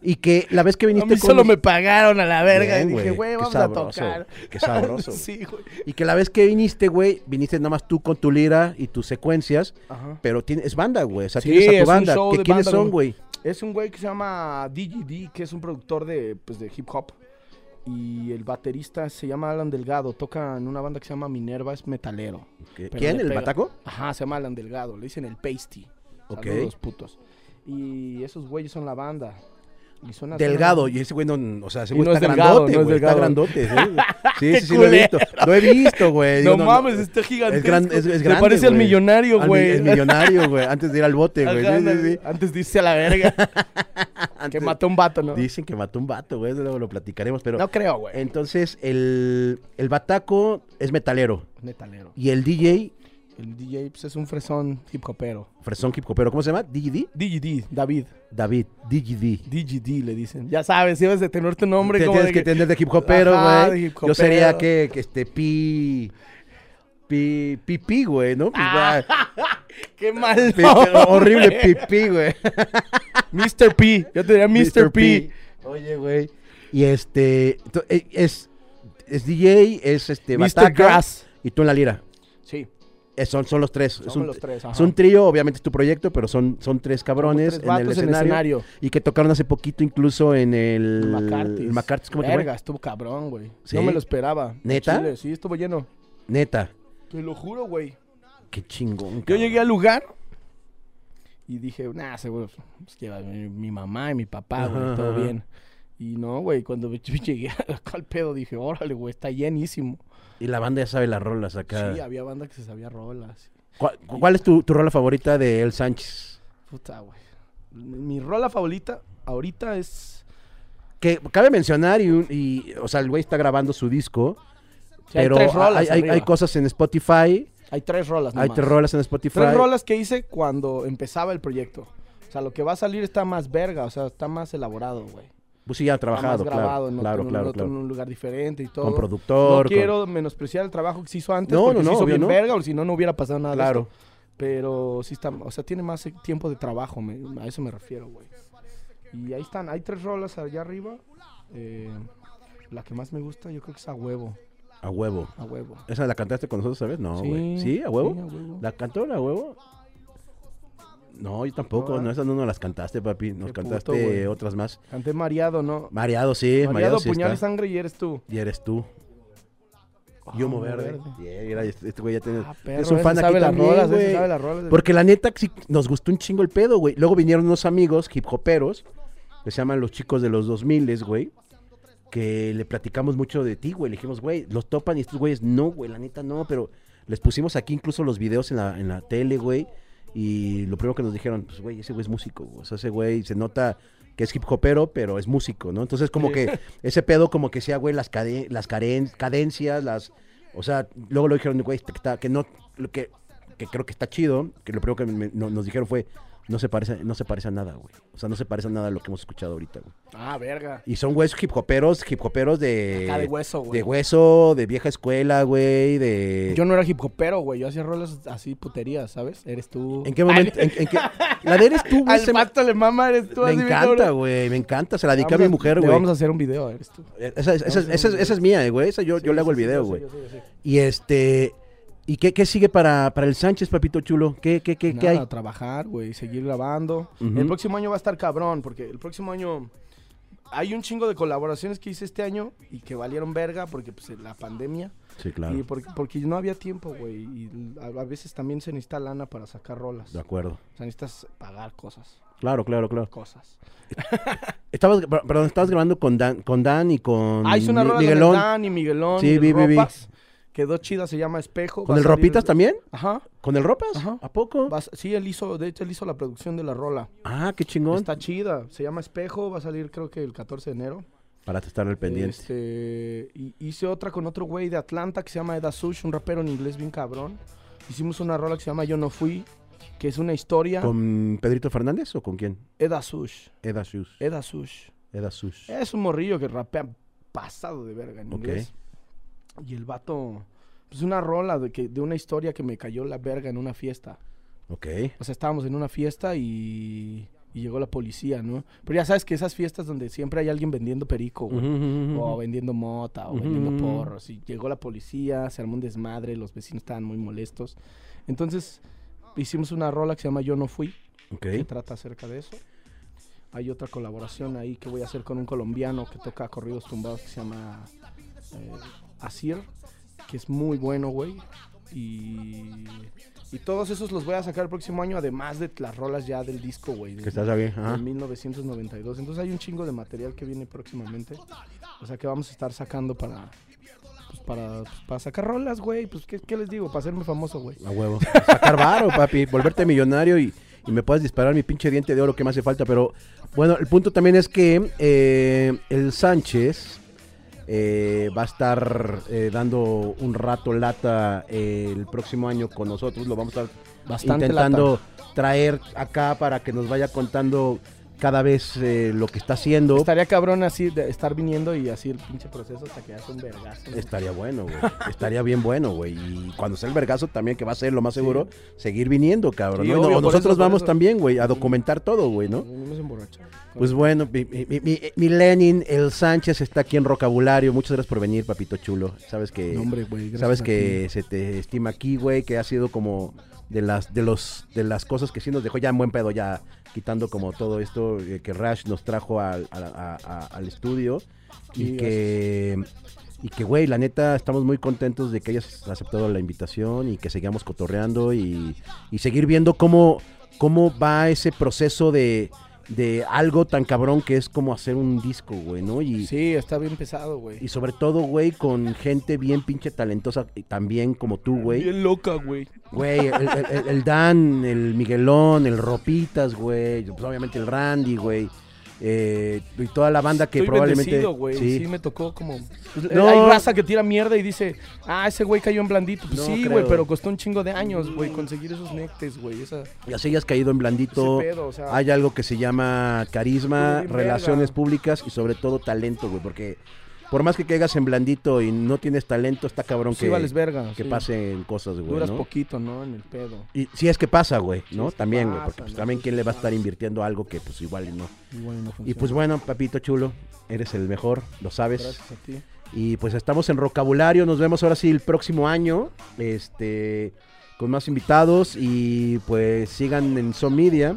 A: y que la vez que
C: A
A: viniste
C: mí solo me pagaron a la verga.
A: Bien,
C: y dije,
A: güey,
C: güey,
A: qué
C: vamos a
A: sabroso,
C: tocar.
A: Qué sabroso.
C: sí, güey.
A: Y que la vez que viniste, güey, viniste nada más tú con tu lira y tus secuencias,
C: Ajá.
A: pero tienes, es banda, güey. O sea,
C: Sí,
A: tienes a
C: es
A: tu
C: un
A: banda.
C: show
A: ¿Que
C: de
A: ¿Quiénes
C: banda,
A: son,
C: güey.
A: güey?
C: Es un güey que se llama DGD, que es un productor de, pues, de hip hop. Y el baterista se llama Alan Delgado. Toca en una banda que se llama Minerva, es metalero.
A: ¿Qué-
C: Pero
A: ¿Quién?
C: le
A: ¿El
C: pega.
A: bataco?
C: Ajá, se llama Alan Delgado. Le dicen el pasty.
A: Ok.
C: Saludos, putos. Y esos güeyes son la banda. Y suena-
A: Delgado,
C: suena-
A: y ese güey no, o sea, ese
C: Y
A: güey
C: no
A: está
C: es delgado,
A: grandote,
C: no es
A: güey, está
C: delgado.
A: grandote, sí, sí,
C: Qué
A: sí, sí, lo he visto,
C: culero.
A: lo he visto, güey,
C: No,
A: digo,
C: mames, está gigantesco.
A: es, gran, es, es grande,
C: Se parece al
A: güey.
C: millonario,
A: Al mi-
C: güey.
A: el millonario, güey, antes de ir al bote, güey,
C: Ajá,
A: sí, sí, sí.
C: Antes de irse a la verga. que
A: Antes-
C: mató a un vato, ¿no?
A: Dicen que mató un vato, güey, luego lo platicaremos, pero
C: No creo, güey.
A: entonces el, el bataco es metalero
C: Metalero.
A: y el DJ,
C: El DJ pues, es un fresón hip hopero.
A: fresón hip hopero, ¿cómo se llama? DGD,
C: DGD, David.
A: David, DGD.
C: DGD le dicen. Ya sabes, debes de tener tu nombre
A: Te
C: como
A: tienes
C: de
A: que
C: que-
A: tener de hip hopero,
C: Ajá,
A: güey.
C: de hip
A: Yo sería
C: hopero.
A: que, que este pi pi pipí, güey, ¿no? Pues,
C: Ah.
A: va,
C: Qué mal
A: pi-
C: nombre.
A: horrible pipí, güey.
C: Mr. P. Yo te diría Mr. P.
A: Oye, güey. Y este to- e- es es DJ, es este
C: Mr.
A: bataca
C: Grass.
A: y tú en la lira.
C: Sí.
A: Eh, son, son los tres. es
C: Somos
A: un,
C: los tres, ajá.
A: es un trío, obviamente es tu proyecto, pero son, son tres cabrones
C: tres
A: en, el
C: vatos en el
A: escenario,
C: escenario.
A: Y que tocaron hace poquito incluso en el...
C: McCarthy's.
A: el McCarthy's, ¿cómo te
C: Verga,
A: llamas?
C: estuvo cabrón, güey.
A: ¿Sí?
C: No me lo esperaba.
A: ¿Neta?
C: Chile, sí, estuvo lleno.
A: Neta.
C: Te lo juro, güey.
A: Qué chingón.
C: Yo
A: cabrón.
C: llegué al lugar y dije, nah, seguro, pues que va a venir mi mamá y mi papá, güey,
A: Ajá,
C: todo
A: ajá.
C: bien. Y no, güey, cuando yo llegué acá al pedo dije, órale, güey, está llenísimo.
A: Y la banda ya sabe las rolas acá.
C: Sí, había banda que se sabía rolas.
A: ¿Cuál, cuál es tu, tu rola favorita de El Sánchez?
C: Puta, güey. Mi mi rola favorita ahorita es...
A: Que cabe mencionar, y, un- y, o sea, el güey está grabando su disco,
C: Sí,
A: pero
C: hay tres rolas.
A: hay, hay-
C: arriba.
A: hay cosas en Spotify,
C: Hay tres rolas.
A: hay
C: nomás.
A: tres rolas en Spotify.
C: Tres rolas que hice cuando empezaba el proyecto. O sea, lo que va a salir está más verga, o sea, está más elaborado, güey.
A: Pues sí, ya trabajado,
C: está más
A: claro,
C: grabado en,
A: claro,
C: otro, en
A: claro,
C: otro- en
A: claro.
C: un lugar diferente y todo.
A: Con productor,
C: No quiero menospreciar el trabajo que se hizo antes,
A: No,
C: porque
A: no, no,
C: se hizo
A: obvio,
C: bien
A: no.
C: verga, o si no, no hubiera pasado nada. de
A: Claro.
C: esto. Pero sí está, o sea, tiene más eh, tiempo de trabajo, me- a eso me refiero, güey. Y ahí están, hay tres rolas allá arriba. eh, la que más me gusta, yo creo que es a huevo,
A: a huevo.
C: a huevo.
A: ¿Esa la cantaste con nosotros, sabes? No, güey. ¿Sí? ¿A huevo?
C: sí, a huevo.
A: ¿La cantó la huevo? No, yo tampoco,
C: No,
A: no, esas no nos las cantaste, papi, nos
C: Qué
A: cantaste
C: puto, güey.
A: otras más.
C: Canté mareado, ¿no?
A: Mareado, sí, mareado,
C: Mareado,
A: sí
C: puñal y
A: está.
C: sangre y eres tú.
A: Y eres tú. Y humo verde. Yeah, mira, este este güey ya tiene.
C: Ah, perro,
A: es un
C: ese
A: fan
C: sabe
A: aquí
C: las
A: también,
C: rolas, ese
A: güey.
C: sabe las rolas.
A: Porque la neta sí nos gustó un chingo el pedo, güey. Luego vinieron unos amigos hip hoperos que se llaman los chicos de los 2000, güey. Que le platicamos mucho de ti, güey. Le dijimos, güey, los topan y estos güeyes no, güey, la neta no, pero les pusimos aquí incluso los videos en la, en la tele, güey. Y lo primero que nos dijeron, pues, güey, ese güey es músico, güey. O sea, ese güey se nota que es hip hopero, pero es músico, ¿no? Entonces, como que ese pedo, como que sea, güey, las, cade- las caren- cadencias, las. O sea, luego lo dijeron, güey, que, está- que no. lo Que, que creo que está chido. Que lo primero que me- no- nos dijeron fue, No se parece, no se parece a nada, güey. O sea, no se parece a nada a lo que hemos escuchado ahorita, güey.
C: Ah, verga.
A: Y son güeyes hip hoperos, hip hoperos de.
C: Acá de hueso, güey.
A: De hueso, de vieja escuela, güey. De.
C: Yo no era hip hopero, güey. Yo hacía rolas así puterías, ¿sabes? Eres tú.
A: ¿En qué momento?
C: Al,
A: en- en qué- La de eres tú, güey.
C: al
A: se me-
C: pato le mama, eres tú.
A: Me
C: así, bien
A: encanta,
C: cabrón.
A: güey. Me encanta. Se la dediqué a
C: Vamos
A: mi mujer,
C: le
A: güey.
C: Vamos a hacer un video, eres tú.
A: Esa, esa- esa-
C: vamos a
A: esa-
C: hacer un
A: esa es mía, güey. Esa yo, yo le hago el
C: Sí, sí,
A: video,
C: sí,
A: güey.
C: yo sé, yo sé, yo sé.
A: Y este. ¿Y qué, qué sigue para, para el Sánchez, papito chulo? ¿Qué, qué, qué, qué
C: Nada,
A: hay?
C: trabajar, güey, seguir grabando.
A: Ujú.
C: El próximo año va a estar cabrón, porque el próximo año hay un chingo de colaboraciones que hice este año y que valieron verga porque pues, la pandemia
A: Sí, claro.
C: y porque, porque no había tiempo, güey. Y a, a veces también se necesita lana para sacar rolas.
A: De acuerdo.
C: O sea, necesitas pagar cosas,
A: Claro, claro, claro.
C: cosas.
A: Estabas, per- perdón, estabas grabando con Dan, con Dan y con
C: Ah, hice una
A: Mi-
C: rola
A: Miguelón.
C: con el Dan y Miguelón.
A: Sí,
C: y el
A: vi, vi, vi.
C: Ropas. Quedó chida, se llama Espejo.
A: ¿Con
C: va a
A: el
C: salir-
A: Ropitas también?
C: Ajá.
A: ¿Con el Ropas?
C: Ajá.
A: ¿A poco?
C: va a- sí, él hizo, de hecho, él hizo la producción de la rola.
A: Ah, qué chingón.
C: Está chida, se llama Espejo, va a salir creo que el 14 de enero.
A: Para estar al pendiente.
C: Este, y hice otra con otro güey de Atlanta que se llama Eda Sush, un rapero en inglés bien cabrón. Hicimos una rola que se llama Yo no fui, que es una historia.
A: ¿Con Pedrito Fernández o con quién?
C: Eda Sush,
A: Eda Sus.
C: Eda Sush.
A: Eda Sus.
C: Es un morrillo que rapea pasado de verga en
A: Ok.
C: inglés. Y el vato, pues una rola de, que, de una historia que me cayó la verga en una fiesta.
A: Ok.
C: O sea, estábamos en una fiesta y, y llegó la policía, ¿no? Pero ya sabes que esas fiestas donde siempre hay alguien vendiendo perico, güey. O vendiendo mota, o vendiendo
A: Ujú.
C: porros. Y llegó la policía, se armó un desmadre, los vecinos estaban muy molestos. Entonces, hicimos una rola que se llama Yo no fui,
A: Ok.
C: que trata acerca de eso. Hay otra colaboración ahí que voy a hacer con un colombiano que toca corridos tumbados que se llama eh, Asir, que es muy bueno, güey. Y, y todos esos los voy a sacar el próximo año, además de las rolas ya del disco, güey.
A: Que
C: de-
A: estás bien.
C: en 1992. Entonces hay un chingo de material que viene próximamente. O sea que vamos a estar sacando para. Pues para, pues, para sacar rolas, güey. Pues ¿qué, qué les digo, para hacerme famoso, güey.
A: A huevo. Sacar varo, papi. Volverte millonario y, y me puedas disparar mi pinche diente de oro que me hace falta. Pero bueno, el punto también es que eh, el Sánchez eh, va a estar eh, dando un rato lata eh, el próximo año con nosotros. Lo vamos a estar
C: Bastante
A: intentando traer acá para que nos vaya contando cada vez eh, lo que está haciendo.
C: Estaría cabrón así de estar viniendo y así el pinche proceso hasta que hace un vergazo. ¿no?
A: Estaría bueno, güey. Estaría bien bueno, güey. Y cuando sea el vergazo también, que va a ser lo más seguro, seguir viniendo, cabrón.
C: Sí,
A: ¿no? Y no-
C: obvio,
A: o
C: por
A: nosotros
C: eso, por
A: vamos
C: eso.
A: también, güey, a documentar todo, güey, ¿no?
C: Venimos emborrachados.
A: Pues bueno, mi, mi- mi- mi- mi Lenin, el Sánchez está aquí en Rocabulario. Muchas gracias por venir, papito chulo. Sabes que,
C: No, hombre, güey, gracias
A: sabes
C: a
A: que se te estima aquí, güey, que ha sido como de las, de los, de las cosas que sí nos dejó ya en buen pedo, ya quitando como todo esto eh, que Rash nos trajo al, al- a- a- al estudio y
C: Sí,
A: que y que güey, la neta estamos muy contentos de que hayas aceptado la invitación y que sigamos cotorreando y, y seguir viendo cómo cómo va ese proceso de de algo tan cabrón que es como hacer un disco, güey, ¿no? Y,
C: Sí, está bien pesado, güey.
A: y sobre todo, güey, con gente bien pinche talentosa y también como tú, güey.
C: Bien loca, güey.
A: Güey, el, el- el- el Dan, el Miguelón, el Ropitas, güey. Pues obviamente el Randy, güey. eh, y toda la banda que
C: Estoy
A: probablemente.
C: bendecido, güey. Sí.
A: sí.
C: me tocó como... Pues,
A: No.
C: Hay raza que tira mierda y dice, ah, ese güey cayó en blandito. Pues
A: No
C: sí,
A: creo.
C: güey, pero costó un chingo de años, güey, conseguir esos nectes, güey. Esa...
A: Y así hayas caído en blandito.
C: Ese pedo, o sea.
A: hay algo que se llama carisma,
C: Sí,
A: relaciones
C: verga.
A: públicas y sobre todo talento, güey. Porque por más que caigas en blandito y no tienes talento, está cabrón
C: Sí,
A: que,
C: vales verga.
A: que
C: sí.
A: pasen cosas, güey.
C: Duras
A: ¿no?
C: poquito, ¿no? En el pedo.
A: Y si es que pasa, güey, ¿no?
C: es que
A: también, güey,
C: pasa,
A: porque pues,
C: ¿no?
A: también quién le va a estar invirtiendo algo que pues igual y no.
C: Igual no funciona.
A: Y pues bueno, papito chulo, eres el mejor, lo sabes.
C: Gracias a ti.
A: Y pues estamos en Rocabulario, nos vemos ahora sí el próximo año, este, con más invitados y pues sigan en Som Media,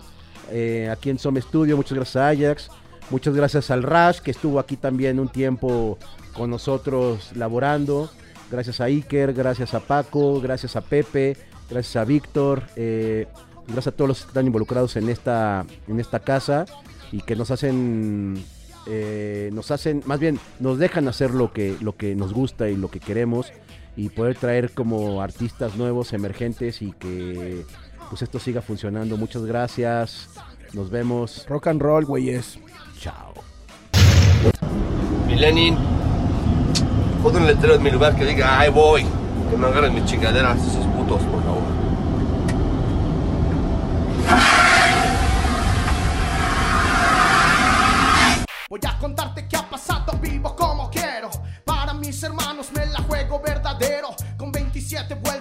A: eh, aquí en Som Studio, muchas gracias a Ajax, muchas gracias al Rash que estuvo aquí también un tiempo con nosotros laborando, gracias a Iker, gracias a Paco, gracias a Pepe, gracias a Víctor, eh, gracias a todos los que están involucrados en esta, en esta casa y que nos hacen eh, nos hacen, más bien, nos dejan hacer lo que, lo que nos gusta y lo que queremos y poder traer como artistas nuevos, emergentes y que pues esto siga funcionando. Muchas gracias. Nos vemos.
C: Rock and roll, güey, es.
A: Chao.
G: Mi Lenin, pon un letrero en mi lugar que diga, ahí voy, que me agarren mis chingaderas, esos putos, por favor.
C: hermanos me la juego verdadero. Con 27 vueltas